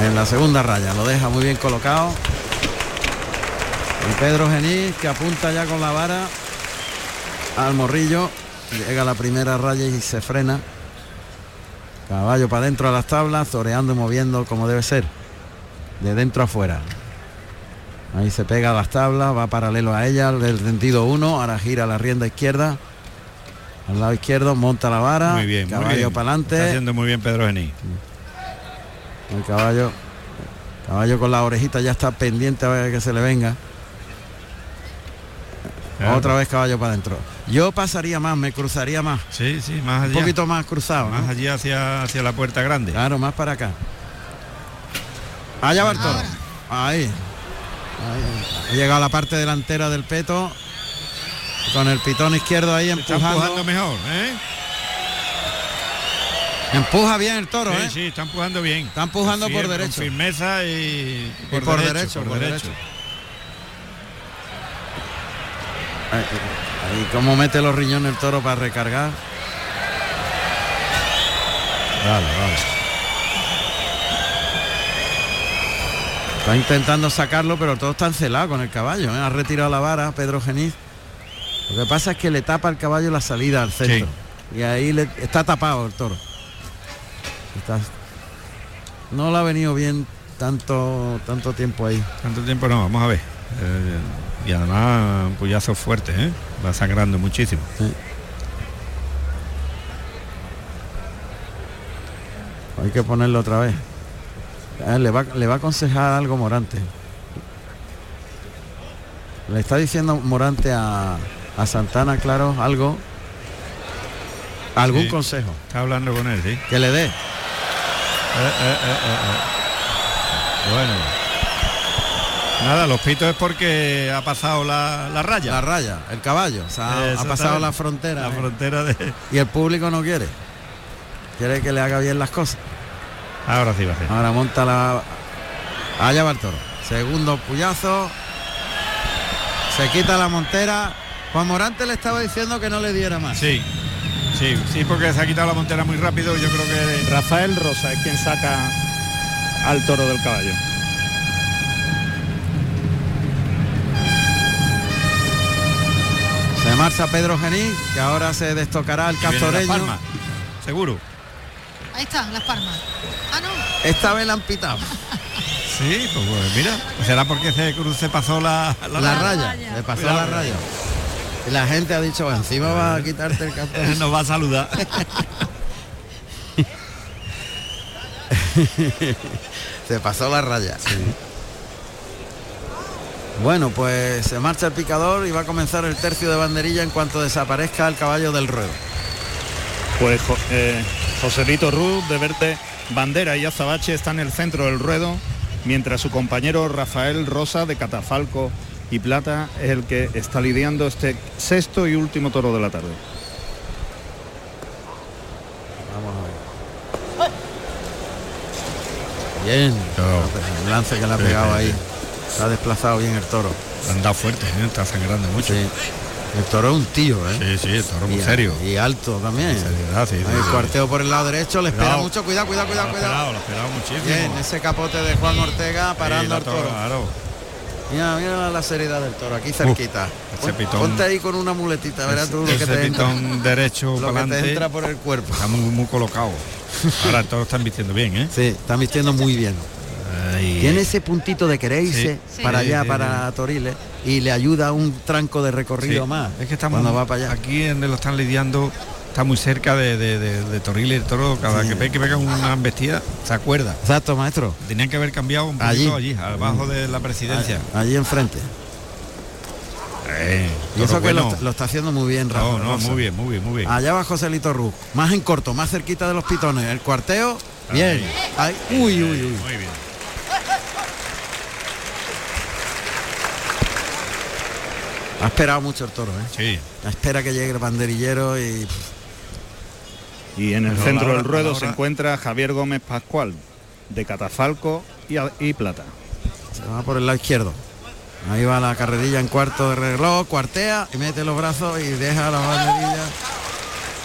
En la segunda raya, lo deja muy bien colocado. Y Pedro Genís que apunta ya con la vara al morrillo. Llega a la primera raya y se frena. Caballo para adentro a las tablas, toreando y moviendo como debe ser. De dentro afuera. Ahí se pega a las tablas, va paralelo a ella, del sentido 1, ahora gira la rienda izquierda. Al lado izquierdo monta la vara, Muy bien, muy caballo bien. para Está adelante, haciendo muy bien Pedro Gení. el caballo, caballo con la orejita ya está pendiente a ver que se le venga. Claro. Otra vez caballo para adentro. Yo pasaría más, me cruzaría más, Sí, sí, más un allá. poquito más cruzado. ¿no? más allí hacia, hacia la puerta grande. Claro, más para acá. Allá va el toro. Ahí. Ahí. Ha llegado a la parte delantera del peto. Con el pitón izquierdo ahí Está empujando. empujando mejor, ¿eh? Empuja bien el toro, sí, ¿eh? sí, está empujando bien. Está empujando por con derecho. firmeza y Y por derecho, por derecho. Ahí, ahí, cómo mete los riñones el toro para recargar. Vale, vale. Está intentando sacarlo, pero todo está encelado con el caballo. ¿eh? Ha retirado la vara Pedro Geniz. Lo que pasa es que le tapa al caballo la salida al centro. Y ahí le, está tapado el toro. Está- no le ha venido bien tanto, tanto tiempo ahí. Tanto tiempo no, vamos a ver. Eh, y además, puyazo fuerte, ¿eh? Va sangrando muchísimo. Hay que ponerlo otra vez. Ah, le, va, le va a aconsejar algo Morante. Le está diciendo Morante a, a Santana, claro, algo. Algún Sí. consejo Está hablando con él, ¿sí? que le dé. Bueno. Nada, los pitos es porque ha pasado la, la raya. La raya, el caballo. o sea, ha Exactamente. pasado la frontera. La ¿eh? frontera de... Y el público no quiere. Quiere que le haga bien las cosas. Ahora sí va a ser. Ahora monta la. Allá va el toro. Segundo puyazo. Se quita la montera. Juan Morante le estaba diciendo que no le diera más. Sí, sí, sí, porque se ha quitado la montera muy rápido y yo creo que... Rafael Rosa es quien saca al toro del caballo. Se marcha Pedro Genís, que ahora se destocará el viene la castoreño. palma. Seguro. Ahí están, las palmas. Ah, no. Esta vez la han pitado. Sí, pues, bueno, mira, será porque se cruce pasó la, la- La La raya. raya. Le pasó Cuidado. la raya. Y la gente ha dicho, encima va a quitarte el [LAUGHS] castoreño. Nos va a saludar. Se pasó la raya. Bueno, pues se marcha el picador y va a comenzar el tercio de banderilla en cuanto desaparezca el caballo del ruedo. Pues jo- eh, Joselito Ruz, de verte, Bandera y Azabache está en el centro del ruedo, mientras su compañero Rafael Rosa de Catafalco y Plata es el que está lidiando este sexto y último toro de la tarde. Vamos a ver. Bien. El lance que le ha pegado ahí. Se ha desplazado bien el toro. Anda fuerte, ¿eh? está sangrando mucho. Sí. El toro es un tío, ¿eh? Sí, sí, el toro muy Y- serio. Y alto también. Seriedad, sí, sí, Ahí El sí. cuarteo por el lado derecho, le espera Cuidado. mucho. Cuidado, cuidado, Lo ha cuidado, cuidado. esperado, lo ha esperado muchísimo. Bien, ese capote de Juan Ortega parando Sí, al lo ha toro. tocado, Mira, mira la seriedad del toro, aquí cerquita. ese Pon- pitón. Ponte ahí con una muletita, claro. verás tú lo que, Ese te entra, pitón derecho lo que para te entra adelante por el cuerpo. está muy, muy colocado. Ahora todos están vistiendo bien, ¿eh? Sí, está vistiendo muy bien. Ahí. Tiene ese puntito de querer irse Sí. para Sí, allá, sí, para Toriles, y le ayuda un tranco de recorrido Sí. más. Es que estamos cuando va para allá. aquí donde lo están lidiando, está muy cerca de, de, de- de Toril y el toro. Cada que ve que pega una embestida, se acuerda. Exacto, maestro. Tenían que Ah, haber cambiado un poquito allí, abajo de la presidencia. Allí enfrente. Eh, Y eso toro que lo bueno. está- lo, está haciendo muy bien, Rafa. No, no, Rosa. Ah, muy bien, muy bien, muy bien. Allá va Joselito Ruz, más en corto, más cerquita de los pitones. El cuarteo, bien. Ahí, uy, uy, uy. Muy bien. Ha esperado mucho el toro, ¿eh? Sí. Espera que llegue el banderillero y pff, Y en el Pero centro ahora- del ruedo ahora- se encuentra Javier Gómez Pascual, de Catafalco y, a- y Plata. se va por el lado izquierdo. Ahí va la carrerilla en cuarto de reloj, cuartea y mete los brazos y deja las banderillas.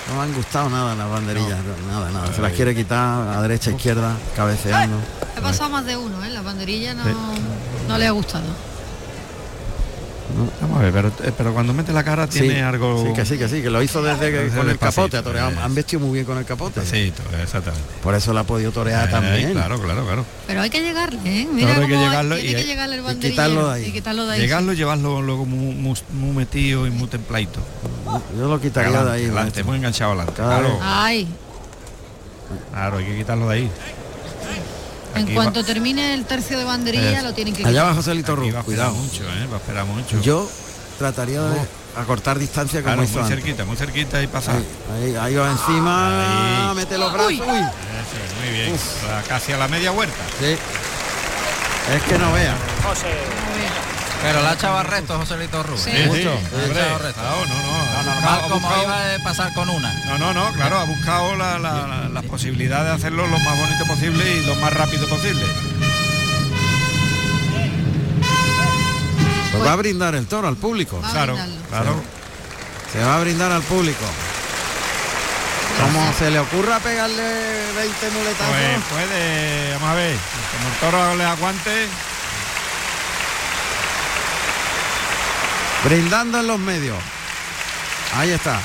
No me han gustado nada las banderillas, nada, nada. Se las quiere quitar a derecha, izquierda, cabeceando. Ha pasado más de uno, ¿eh? La banderilla no, no le ha gustado. Vamos a ver, pero, eh, pero cuando mete la cara tiene sí, algo. sí, que sí, que sí, que lo hizo desde que Desde con el despacito, capote, ha toreado. eh. han vestido muy bien con el capote. Sí, to- exactamente. Por eso la ha podido torear Eh, Ah, también. Claro, claro, claro. Pero hay que llegarle, ¿eh? Mira Claro, hay que cómo llegarlo tiene y que hay- llegarle el y banderillero. quitarlo de ahí. Y quitarlo de ahí. Llegarlo, llevarlo luego muy, muy- muy metido y muy templadito. Yo lo quitaría Adelante, de ahí. adelante, maestro. muy enganchado adelante. Cada Claro, Ay, claro, hay que quitarlo de ahí. en Aquí cuanto va- termine el tercio de banderilla Eh, lo tienen que quitar. Allá va José Lito aquí Ruz, va a esperar cuidado. mucho, eh, va a esperar mucho. Yo trataría de acortar distancia como claro, muy hizo antes. cerquita, muy cerquita y pasa. Ahí, ahí- ahí va encima, Ahí. mete los brazos. Uy. uy. Eso es, muy bien. Va Casi a la media vuelta. Sí. Es que no vea. Pero la echaba resto José Lito Rubio. Sí. Sí, Mucho. sí, Le ha hombre. echado resto. Claro, no, no. Ha Mal buscado- ha como buscado- iba de pasar con una. No, no, no, claro, ha buscado la, la- la- la posibilidad de hacerlo lo más bonito posible y lo más rápido posible. Pues va a brindar el toro al público. Va a Claro, brindarlo. claro. Se va a brindar al público. Como se le ocurra pegarle 20 Pues muletazos. puede, vamos a ver, como el toro le aguante, Brindando en los medios. Ahí está.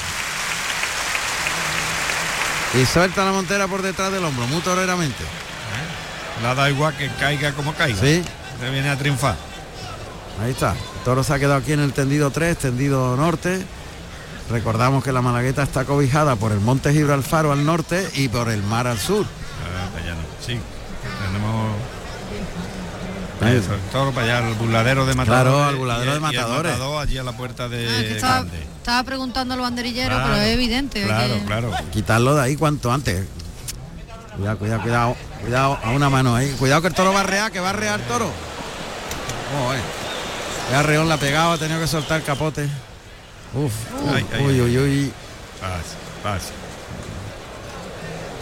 Y suelta la montera por detrás del hombro, muy toreramente. le da igual que caiga como caiga. Sí, Se viene a triunfar. ahí está. El toro se ha quedado aquí en el tendido 3, tendido norte. Recordamos que la Malagueta está cobijada por el monte Gibraltar al norte y por el mar al sur. Ah, para allá no. Sí, tenemos Ahí eso, el toro para allá, al burladero de matadores. Claro, al burladero y- de y el matadores. matador allí a la puerta de Ah, es que estaba, Grande. estaba preguntando al banderillero, Claro, pero es evidente. Claro, que- claro. Quitarlo de ahí cuanto antes. Cuidado, cuidado, cuidado. Cuidado, a una mano ahí. Cuidado que el toro va a rear, que va a rear el toro. Joder. Ya Reón la ha pegado, ha tenido que soltar el capote. Uf, uf, Ay, ay, uy, ay. uy, uy. Pase, pase.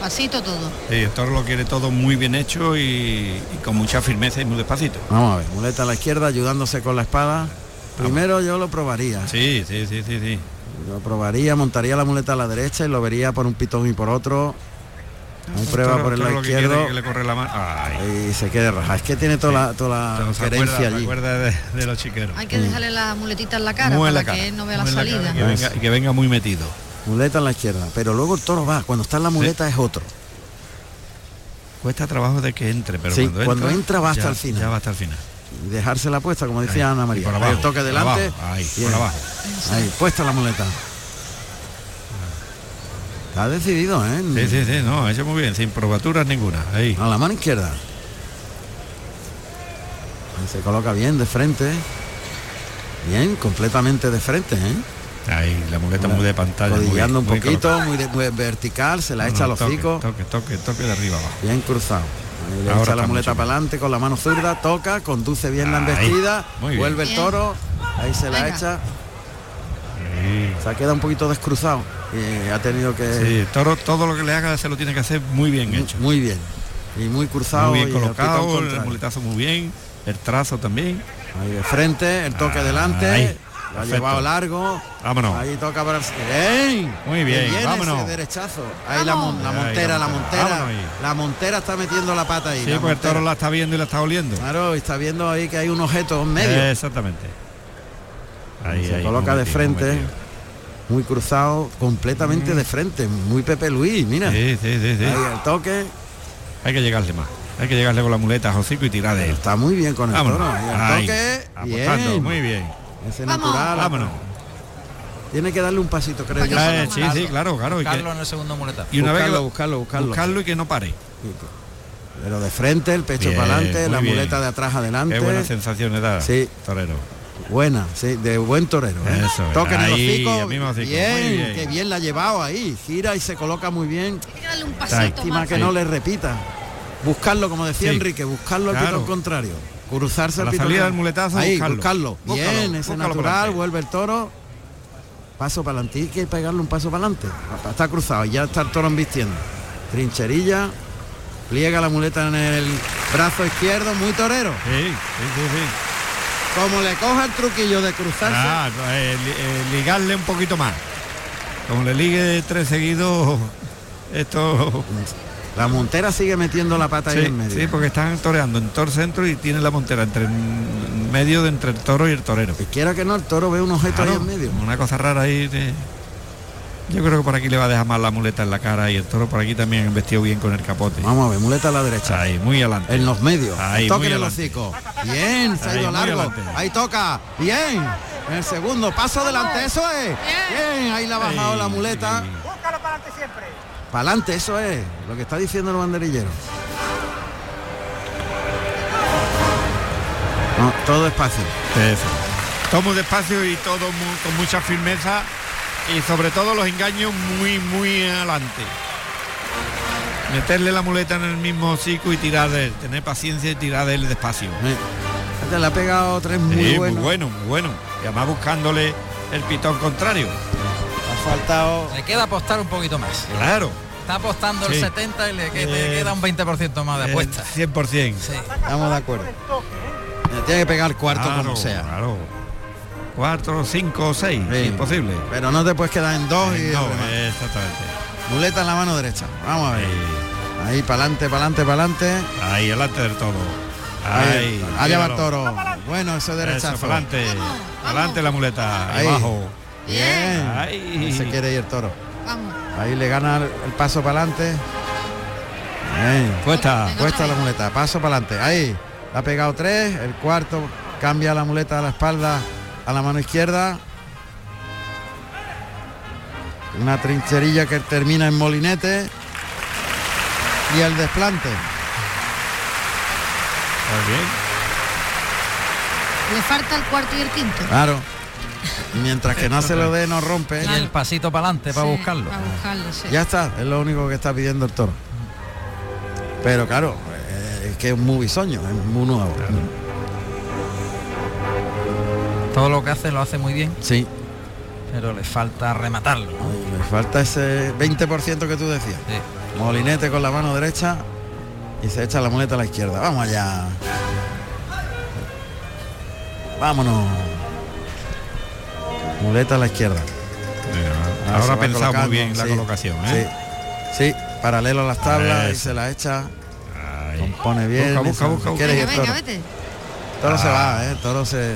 Pasito todo. Sí, el toro lo quiere todo muy bien hecho y, y con mucha firmeza y muy despacito. Vamos a ver, muleta a la izquierda ayudándose con la espada. Primero yo lo probaría. Sí, sí, sí, sí, sí. Lo probaría, montaría la muleta a la derecha y lo vería por un pitón y por otro. Hay prueba Toro- por el toro lo lado que quiere es izquierdo que le corre la mano. Ay, y se quede raja. Es que tiene toda la, toda la toro se acuerda, gerencia se allí. acuerda de, de los chiqueros. Hay que dejarle la muletita en la cara Mueve para la cara, que él no vea la mueve cara salida. y que venga- y que venga muy metido. Muleta en la izquierda, pero luego el toro va, cuando está en la muleta es otro. Cuesta trabajo de que entre, pero Sí, cuando, cuando entra, entra va hasta ya- el final. Ya va hasta el final. Y dejársela puesta, como decía Ahí, Ana y María. por Ahí abajo, el toque por delante. abajo, ahí, Bien. por abajo. Ahí, puesta la muleta. Está decidido, ¿eh? Sí, sí, sí, no, ha hecho muy bien, sin probaturas ninguna. Ahí. A la mano izquierda. Ahí se coloca bien de frente. Bien, completamente de frente, ¿eh? Ahí, la muleta muy de pantalla. muy bien, Codillando un muy poquito, colocada. muy, de- muy vertical, se la No, echa a no, los toque, hocico. Toque, toque, toque de arriba abajo. Bien cruzado. Ahí le Ahora echa está la muleta mucho para adelante con la mano zurda, toca, conduce bien la Ahí, embestida, muy bien. vuelve el Bien. toro, ahí se la Venga. echa, Sí. se ha quedado un poquito descruzado y ha tenido que... Sí, toro, todo lo que le haga se lo tiene que hacer muy bien mu- hecho. Muy bien. Y muy cruzado. Muy bien y al pitón colocado, el contrario. muletazo muy bien, el trazo también. Ahí de frente, el toque Ah, delante, ahí. lo ha Perfecto. llevado largo. Vámonos. Ahí toca para... el- ¡Bien! Muy bien, viene ese vámonos. derechazo. Ahí la, mon- la Ahí, la montera, la montera, montera. vámonos ahí. La montera está metiendo la pata ahí. Sí, la porque el toro montera. la está viendo y la está oliendo. Claro, y está viendo ahí que hay un objeto en medio. Eh, Exactamente. Se coloca muy de metido, frente. muy metido. muy cruzado, completamente de frente, muy Pepe Luis, mira. Sí, sí, sí, sí. Ahí el toque, Hay que llegarle más. Hay que llegarle con la muleta, Jocico, y tirar de él. está muy bien con el Vámonos. toro. Ahí el Ahí. toque, Apostando, bien. muy bien. Ese Vamos. natural. Vámonos. Tiene que darle un pasito, creo Para yo. que Eh, solo sí, malo. sí, claro, claro. Y, que- Carlos en el segundo muletazo. y una vez que buscarlo, lo- buscarlo, buscarlo. buscarlo y que no pare. Pero de frente, el pecho Bien, para adelante, muy la bien. muleta de atrás Qué buenas adelante. sensaciones da, Sí. torero. Buena, sí, de buen torero. ¿eh? Eso es, Toca en el ahí, hocico, el mismo hocico, Bien, muy bien. que bien la ha llevado ahí. Gira y se coloca muy bien. Hay que darle un pasito Lástima más. que no le repita. Buscarlo, como decía Sí. Enrique, buscarlo al Claro. pitón contrario. A Cruzarse al la pitón salida contrario. del muletazo, Ahí, buscarlo. buscarlo. Búscalo, Bien, ese búscalo por natural, delante. vuelve el toro. Paso para adelante. Hay que pegarle un paso para adelante. Está cruzado, ya está el toro embistiendo. Trincherilla, pliega la muleta en el brazo izquierdo, muy torero. Sí, sí, sí, sí. Como le coja el truquillo de cruzarse. Ah, eh, li- eh, ligarle un poquito más. Como le ligue tres seguidos, [LAUGHS] esto... La montera sigue metiendo la pata ahí Sí, en medio. sí, porque están toreando en todo el centro y tiene la montera entre en medio de entre el toro y el torero. Y quiera que no, el toro ve un objeto Claro, ahí en medio. Ah, Una cosa rara ahí. de- Yo creo que por aquí le va a dejar más la muleta en la cara y el toro por aquí también vestido bien con el capote. Vamos a ver, muleta a la derecha. Ahí, muy adelante. En los medios. Ahí, Toque muy en el adelante. hocico. Bien, se ha Ahí, ido muy largo. adelante. Ahí toca. Bien. En el segundo. Paso adelante. Eso es. Bien. Ahí la ha bajado Ahí, la muleta. ahí. Para adelante, eso es. Lo que está diciendo el banderillero. No, todo despacio. Eso. Todo muy despacio y todo mu- con mucha firmeza y sobre todo los engaños muy, muy adelante. Meterle la muleta en el mismo hocico y tirar de él. Tener paciencia y tirar de él despacio. Eh. Te la ha pegado tres Sí, muy Muy, buenos. bueno, muy bueno. Y además buscándole el pitón contrario. Ha faltado. Le queda apostar un poquito más. Claro. Está apostando Sí. el 70 y le, que- Eh, le queda un 20% más de eh, apuesta. 100%. Sí. Estamos de acuerdo. Eh, Tiene que pegar cuarto Claro, como sea. Claro. Cuatro, cinco, seis. Sí. Imposible. Pero no te puedes quedar en dos y Eh, No, remate. exactamente. muleta en la mano derecha. Vamos a ver. Ahí, Ahí para adelante, para adelante, para adelante. Eh, ahí, delante del todo. Ahí. Ahí, allá va el míralo. toro. Bueno, ese Eso, derechazo. para adelante. Vamos, Adelante la muleta. Ahí. Abajo. Bien. Ahí. Ahí Se quiere ir el toro. Vamos. Ahí le gana el paso para adelante. Bien. Cuesta. Cuesta la muleta. Paso para adelante. Ahí. La ha pegado tres. El cuarto cambia la muleta a la espalda a la mano izquierda. Una trincherilla que termina en molinete. Y el desplante. Muy bien. Le falta el cuarto y el quinto. Ah, Claro. Y mientras que no se lo dé, no rompe. Y el pasito para adelante para Sí, buscarlo. Para buscarlo, sí. Ya está, es lo único que está pidiendo el toro. Pero claro, eh, es que es muy bisoño, es muy nuevo. Todo lo que hace lo hace muy bien, Sí, pero le falta rematarlo. ¿no? le falta ese 20% que tú decías. Sí. Molinete con la mano derecha y se echa la muleta a la izquierda. Vamos allá. Vámonos. Muleta a la izquierda. Venga, Ah, se Ahora ha va pensado muy colocando, bien la sí, colocación. ¿eh? Sí, sí, paralelo a las tablas y Eso. se la echa. Ahí. Compone bien. Busca, eso, busca, busca, quiere Venga, que el venga, toro. vete. El toro se va, ¿eh? el toro se,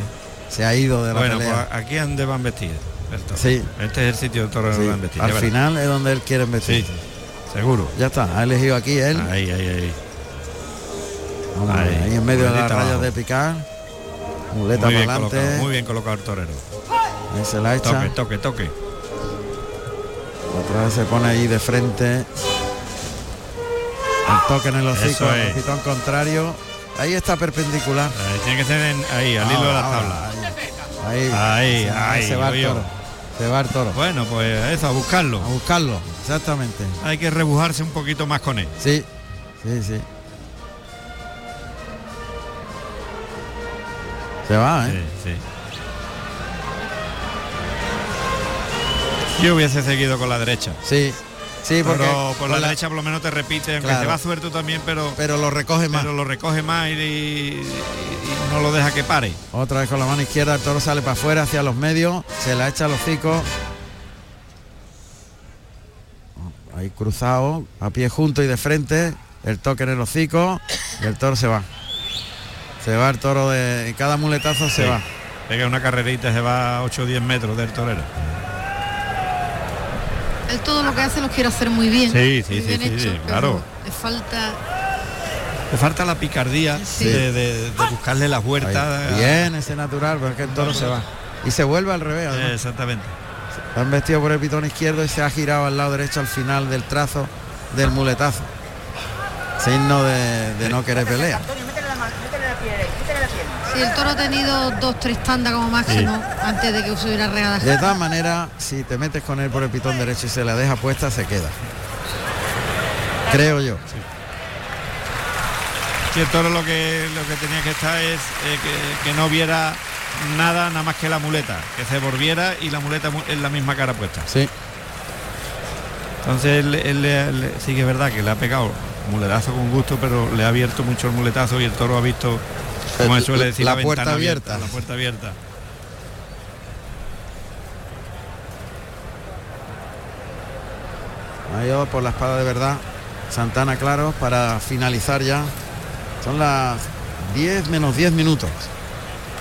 se ha ido de la Bueno, pues pelea. aquí es donde van vestidos. el toro. Sí. Este es el sitio del toro donde Sí, van vestidos. al ya verás. final es donde él quiere vestir. Sí, seguro. Ya está, ha elegido aquí él. Ahí, ahí, ahí. Vamos a ver, ahí. ahí, en medio de Muleta las rayas abajo. de picar. Muleta Muy bien, para colocado, muy adelante. bien colocado el torero. Ahí se la echa. Toque, toque, toque. Otra vez se pone ahí de frente. El toque en el hocico, Eso el es. pitón contrario. Ahí está perpendicular. Ahí, Eh, tiene que ser en- ahí, al hilo de la Ahora, tabla. Ahí, Ahí, ahí, ahí, se va el oye. toro. Se va el toro. Bueno, pues eso, a buscarlo. A buscarlo, exactamente. Hay que rebujarse un poquito más con él. Sí, sí, sí. Se va, ¿eh? Sí, sí. Yo hubiese seguido con la derecha. Sí, sí, porque pero por la, con la- derecha por lo menos te repite, aunque Claro. te va suelto también, pero, pero lo recoge más. pero lo recoge más y, y- y no lo deja que pare. Otra vez con la mano izquierda, el toro sale para afuera, hacia los medios, se la echa a los hocico. Ahí cruzado, a pie junto y de frente, el toque en el hocico y el toro se va. Se va el toro de. en cada muletazo se Sí. va. Pega una carrerita y se va a 8 o 10 metros del torero. Él todo lo que hace lo quiere hacer muy bien. Sí, sí, Muy sí, bien sí, hecho, sí, pero claro. Le falta Le falta la picardía Sí. de, de- de buscarle las Ahí. huertas. Bien, ese natural, pero es que el toro se va. Y se vuelve al revés. además. Eh, Exactamente. Han vestido por el pitón izquierdo y se ha girado al lado derecho al final del trazo del muletazo. Signo de, de no querer pelea. Sí, Sí, el toro ha tenido dos, tres tandas como máximo antes de que se hubiera regalado. De tal manera, si te metes con él por el pitón derecho y se la deja puesta, se queda. Creo yo. Si el toro lo que, lo que tenía que estar es eh, que, que no viera nada, nada más que la muleta, que se volviera y la muleta mu- en la misma cara puesta. Sí. Entonces él, él le- le- sí que es verdad que le ha pegado muletazo con gusto, pero le ha abierto mucho el muletazo y el toro ha visto, como él suele decir, La puerta ventana abierta. La puerta abierta. Ha ido por la espada de verdad Santana Claros para finalizar ya. Son las 10 menos 10 minutos.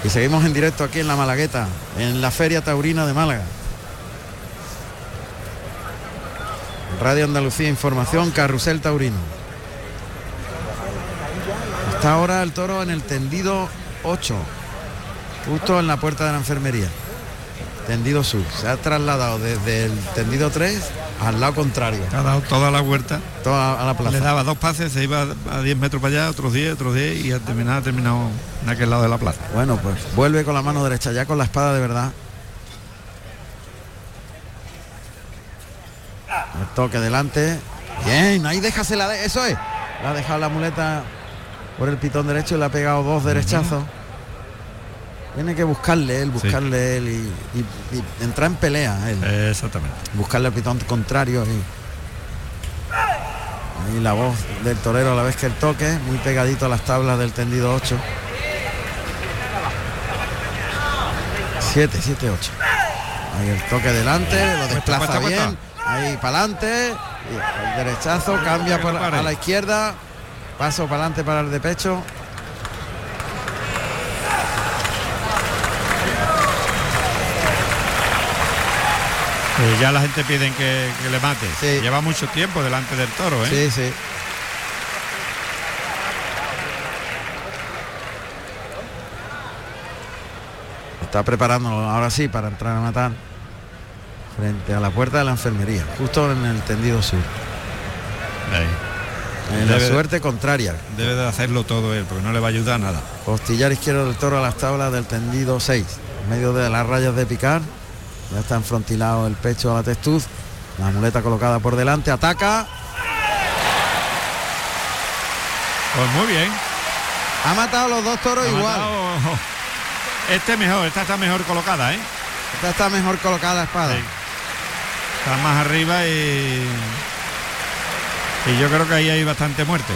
Y seguimos en directo aquí en La Malagueta, en la Feria Taurina de Málaga. Radio Andalucía Información, Carrusel Taurino. Está ahora el toro en el tendido 8, justo en la puerta de la enfermería. Tendido sur. Se ha trasladado desde el tendido 3 al lado contrario, Ha dado toda la vuelta. toda a la plaza. Le daba dos pases, se iba a 10 metros para allá, otros 10, otros 10 y al terminar ha terminado en aquel lado de la plaza. Bueno, pues vuelve con la mano derecha, ya con la espada de verdad. El toque delante. Bien, ahí déjasela, de- eso es. Le ha dejado la muleta por el pitón derecho y le ha pegado dos derechazos. Tiene que buscarle él, buscarle él y, y- y entrar en pelea él. Exactamente. Buscarle al pitón contrario y. Ahí la voz del torero a la vez que el toque, muy pegadito a las tablas del tendido 8. 7, 7, 8. Ahí el toque delante, lo desplaza cuesta, cuesta. bien. Ahí para adelante. El derechazo cambia que por- no pare. a la izquierda. Paso para adelante para el de pecho. Eh, ya la gente piden que, que le mate. Sí. Lleva mucho tiempo delante del toro, ¿eh? Sí, sí. Está preparándolo ahora sí para entrar a matar frente a la puerta de la enfermería, justo en el tendido sur. Ahí. En la Debe- suerte contraria. Debe de hacerlo todo él, porque no le va a ayudar nada. Costillar izquierdo del toro a las tablas del tendido 6. En medio de las rayas de picar. Ya está enfrontilado el pecho a la testuz. La muleta colocada por delante. Ataca. Pues muy bien. Ha matado los dos toros Ha igual. matado- [LAUGHS] Este mejor, esta está mejor colocada, ¿eh? Esta está mejor colocada la espada. Sí. Está más arriba y. Y yo creo que ahí hay bastante muerte.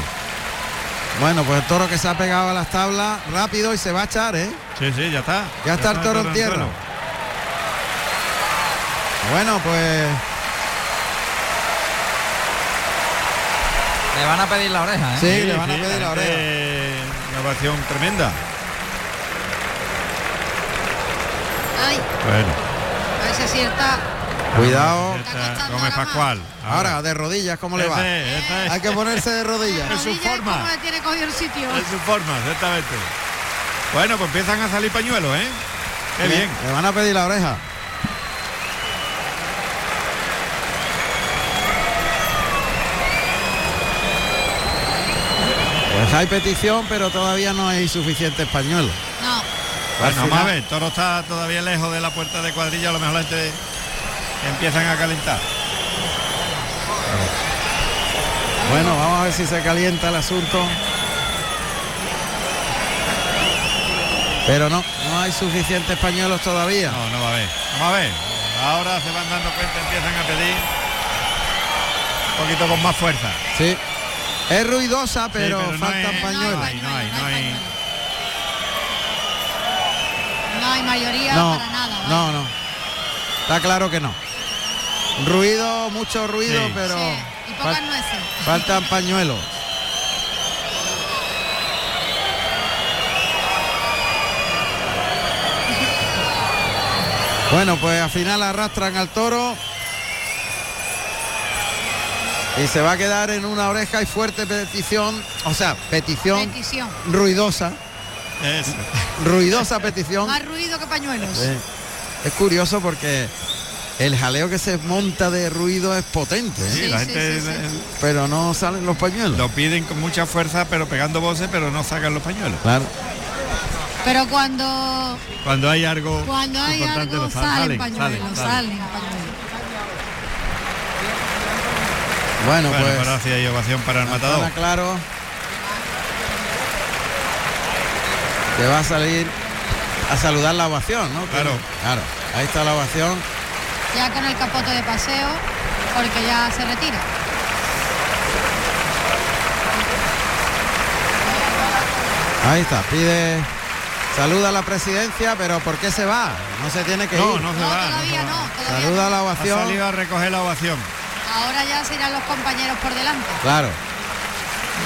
Bueno, pues el toro que se ha pegado a las tablas rápido y se va a echar, ¿eh? Sí, sí, ya está. Ya está el toro en tierra. suelo. Bueno, pues Le van a pedir la oreja, ¿eh? sí, le van a pedir la gente, oreja. Una ovación tremenda. Ay, Bueno, a ver si acierta. Cuidado. esta- Está costando Gómez la mano. Pascual. Ahora, de rodillas, ¿cómo le va? Ah. Ese, ese es. Hay que ponerse de rodillas. Es su Rodilla, forma. ¿Cómo le tiene cogido el sitio? En su forma, exactamente. Bueno, pues empiezan a salir pañuelos, ¿eh? Qué bien. Le van a pedir la oreja. Pues hay petición, pero todavía no hay suficiente español. No, Bueno, Al vamos a final- ver, el toro está todavía lejos de la puerta de cuadrilla, a lo mejor la gente empiezan a calentar. Bueno, vamos a ver si se calienta el asunto. Pero no, no hay suficientes pañuelos todavía. No, no va a haber. Vamos a ver. Ahora se van dando cuenta, empiezan a pedir un poquito con más fuerza. Sí, Sí. Es ruidosa, pero, pero no faltan es- pañuelos. No hay, no hay, no hay. no hay mayoría No, para nada. ¿eh? ¿vale? no, no. Está claro que no. Ruido, mucho ruido, Sí. pero Sí, y pocas fal- nueces. faltan pañuelos. [LAUGHS] Bueno, pues al final arrastran al toro. Y se va a quedar en una oreja y fuerte petición, o sea, petición Petición. ruidosa, Eso. ruidosa petición. Más ruido que pañuelos. Pues, Eh, Es curioso porque el jaleo que se monta de ruido es potente, ¿eh? Sí, Sí, la sí, gente sí, sí. eh, pero no salen los pañuelos. lo piden con mucha fuerza, pero pegando voces, pero no sacan los pañuelos. Claro. Pero cuando Cuando hay algo cuando hay importante, algo lo salen, pañuelos, salen, salen, salen. pañuelos. Bueno, Bueno, pues gracias y ovación para el matador. Está claro. Que va a salir a saludar la ovación, ¿no? Claro. Claro. Ahí está la ovación. Ya con el capote de paseo, porque ya se retira. Ahí está. Pide. Saluda a la presidencia, pero ¿por qué se va? No se tiene que No, ir. no se No, va. no se todavía va. no, todavía Saluda a no. la Ha ovación. salido a recoger la ovación. Ahora ya se irán los compañeros por delante. Claro.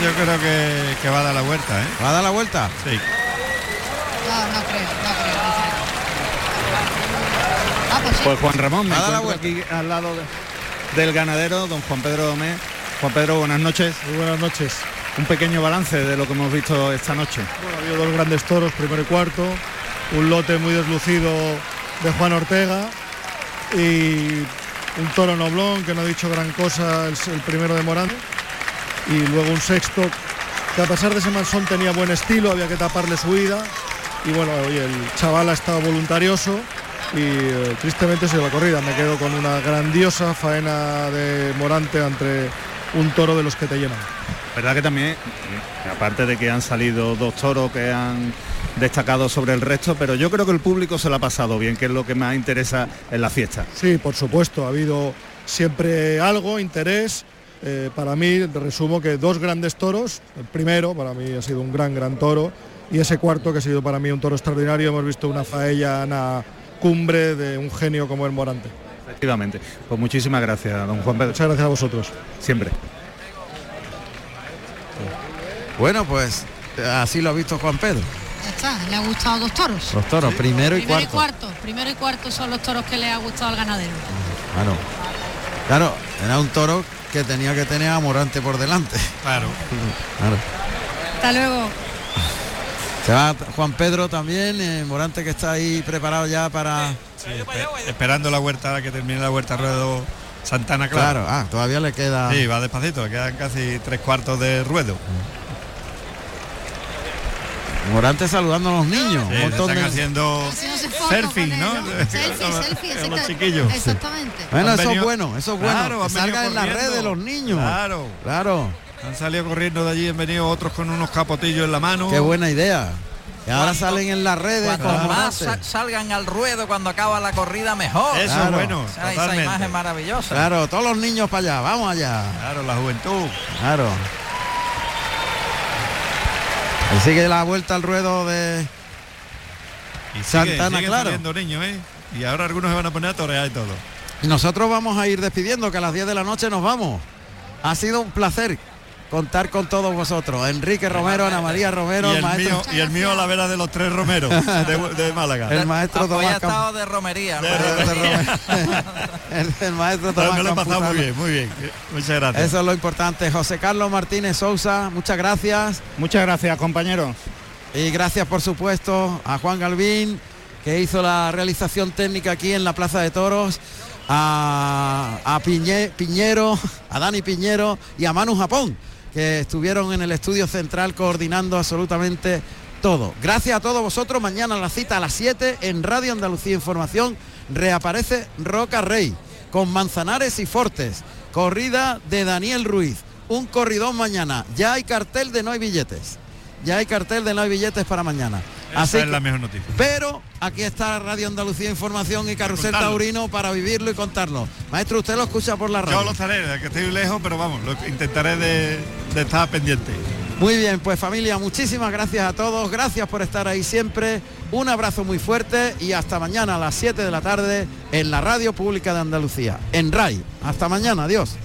Yo creo que, que va a dar la vuelta, ¿eh? Va a dar la vuelta. Sí. No, no creo, no creo. no creo. Ah, pues sí. Pues Juan Ramón, me A dar la encuentro aquí al lado de- del ganadero, don Juan Pedro Domé. Juan Pedro, buenas noches. Muy buenas noches. Un pequeño balance de lo que hemos visto esta noche. Bueno, ha habido dos grandes toros, primero y cuarto, un lote muy deslucido de Juan Ortega y un toro noblón que no ha dicho gran cosa, el, el primero de Morán, y luego un sexto que a pesar de ese mansón tenía buen estilo, había que taparle su huida y bueno, oye, el chaval ha estado voluntarioso y eh, tristemente se dio la corrida. Me quedo con una grandiosa faena de Morante ante un toro de los que te llenan. verdad que también, eh, aparte de que han salido dos toros que han destacado sobre el resto, pero yo creo que el público se lo ha pasado bien, que es lo que más interesa en la fiesta. Sí, por supuesto, ha habido siempre algo, interés. Eh, para mí, resumo que dos grandes toros. El primero, para mí, ha sido un gran, gran toro. Y ese cuarto, que ha sido para mí un toro extraordinario, hemos visto una faella, una cumbre de un genio como el Morante. Efectivamente. Pues muchísimas gracias, don Juan Pedro. Muchas gracias a vosotros. Siempre. Bueno, pues así lo ha visto Juan Pedro. Pues- Ya está, le ha gustado dos toros. Los toros, primero y Primero y cuarto. cuarto, primero y cuarto son los toros que le ha gustado al ganadero. Claro. Ah, Claro, era un toro que tenía que tener a Morante por delante. Claro. [LAUGHS] Claro. Hasta luego. Se va Juan Pedro también, eh, Morante que está ahí preparado ya para. Sí, espe- esperando la huerta, que termine la huerta ruedo Santana Clara. Claro, ah, todavía le queda. Sí, va despacito, le quedan casi tres cuartos de ruedo. Morante saludando a los niños. Sí, un le montón están de- haciendo Así Ah, no se foto selfie, con ¿no? él, [LAUGHS] Selfie, Con- selfie, con exacta- los chiquillos. Exactamente. Bueno, Han eso es venido- bueno, eso es bueno. Claro, que han venido salgan en las corriendo. redes los niños. Claro. Claro, Han salido corriendo de allí, han venido otros con unos capotillos en la mano. qué buena idea. Y ahora Cuando- salen en las redes Cuanto con más sa- Morante. salgan al ruedo cuando acaba la corrida, mejor. Eso Claro. es bueno, Esa- Esa, totalmente. imagen maravillosa. Claro, todos los niños para allá, vamos allá. Claro, la juventud. Claro. Ahí sigue la vuelta al ruedo de Y sigue- Santana, siguen claro. saliendo niños, ¿eh? Y ahora algunos se van a poner a torear y todo. Y Nosotros vamos a ir despidiendo, que a las 10 de la noche nos vamos. Ha sido un placer contar con todos vosotros. Enrique Romero, Ana María Romero, y, el mío, maestro, y el mío a la vera de los tres [LAUGHS] romeros de, de Málaga. el maestro Hoy ha Tomás Camp- estado de romería. [LAUGHS] ¿no? [LAUGHS] el, el maestro Pero Tomás me lo he pasado Campuzano. muy bien, muy bien. Muchas gracias. Eso es lo importante. José Carlos Martínez Sousa, muchas gracias. Muchas gracias, compañeros. Y gracias, por supuesto, a Juan Galvín, que hizo la realización técnica aquí en la Plaza de Toros, a, a Piñe- Piñero, a Dani Piñero y a Manu Japón, que estuvieron en el estudio central coordinando absolutamente todo. Gracias a todos vosotros. Mañana la cita a las 7 en Radio Andalucía Información. Reaparece Roca Rey con Manzanares y Fortes. Corrida de Daniel Ruiz. Un corridón mañana. Ya hay cartel de no hay billetes. Ya hay cartel de no hay billetes para mañana. Esa Así es que- la mejor noticia. pero aquí está Radio Andalucía Información y Carrusel Contarlo. Taurino para vivirlo y contarlo. Maestro, usted lo escucha por la Yo radio. lo estaré, que estoy lejos, pero vamos, lo intentaré de, de estar pendiente. Muy bien, pues familia, muchísimas gracias a todos. Gracias por estar ahí siempre. Un abrazo muy fuerte y hasta mañana a las 7 de la tarde en la Radio Pública de Andalucía, en RAI. Hasta mañana, adiós.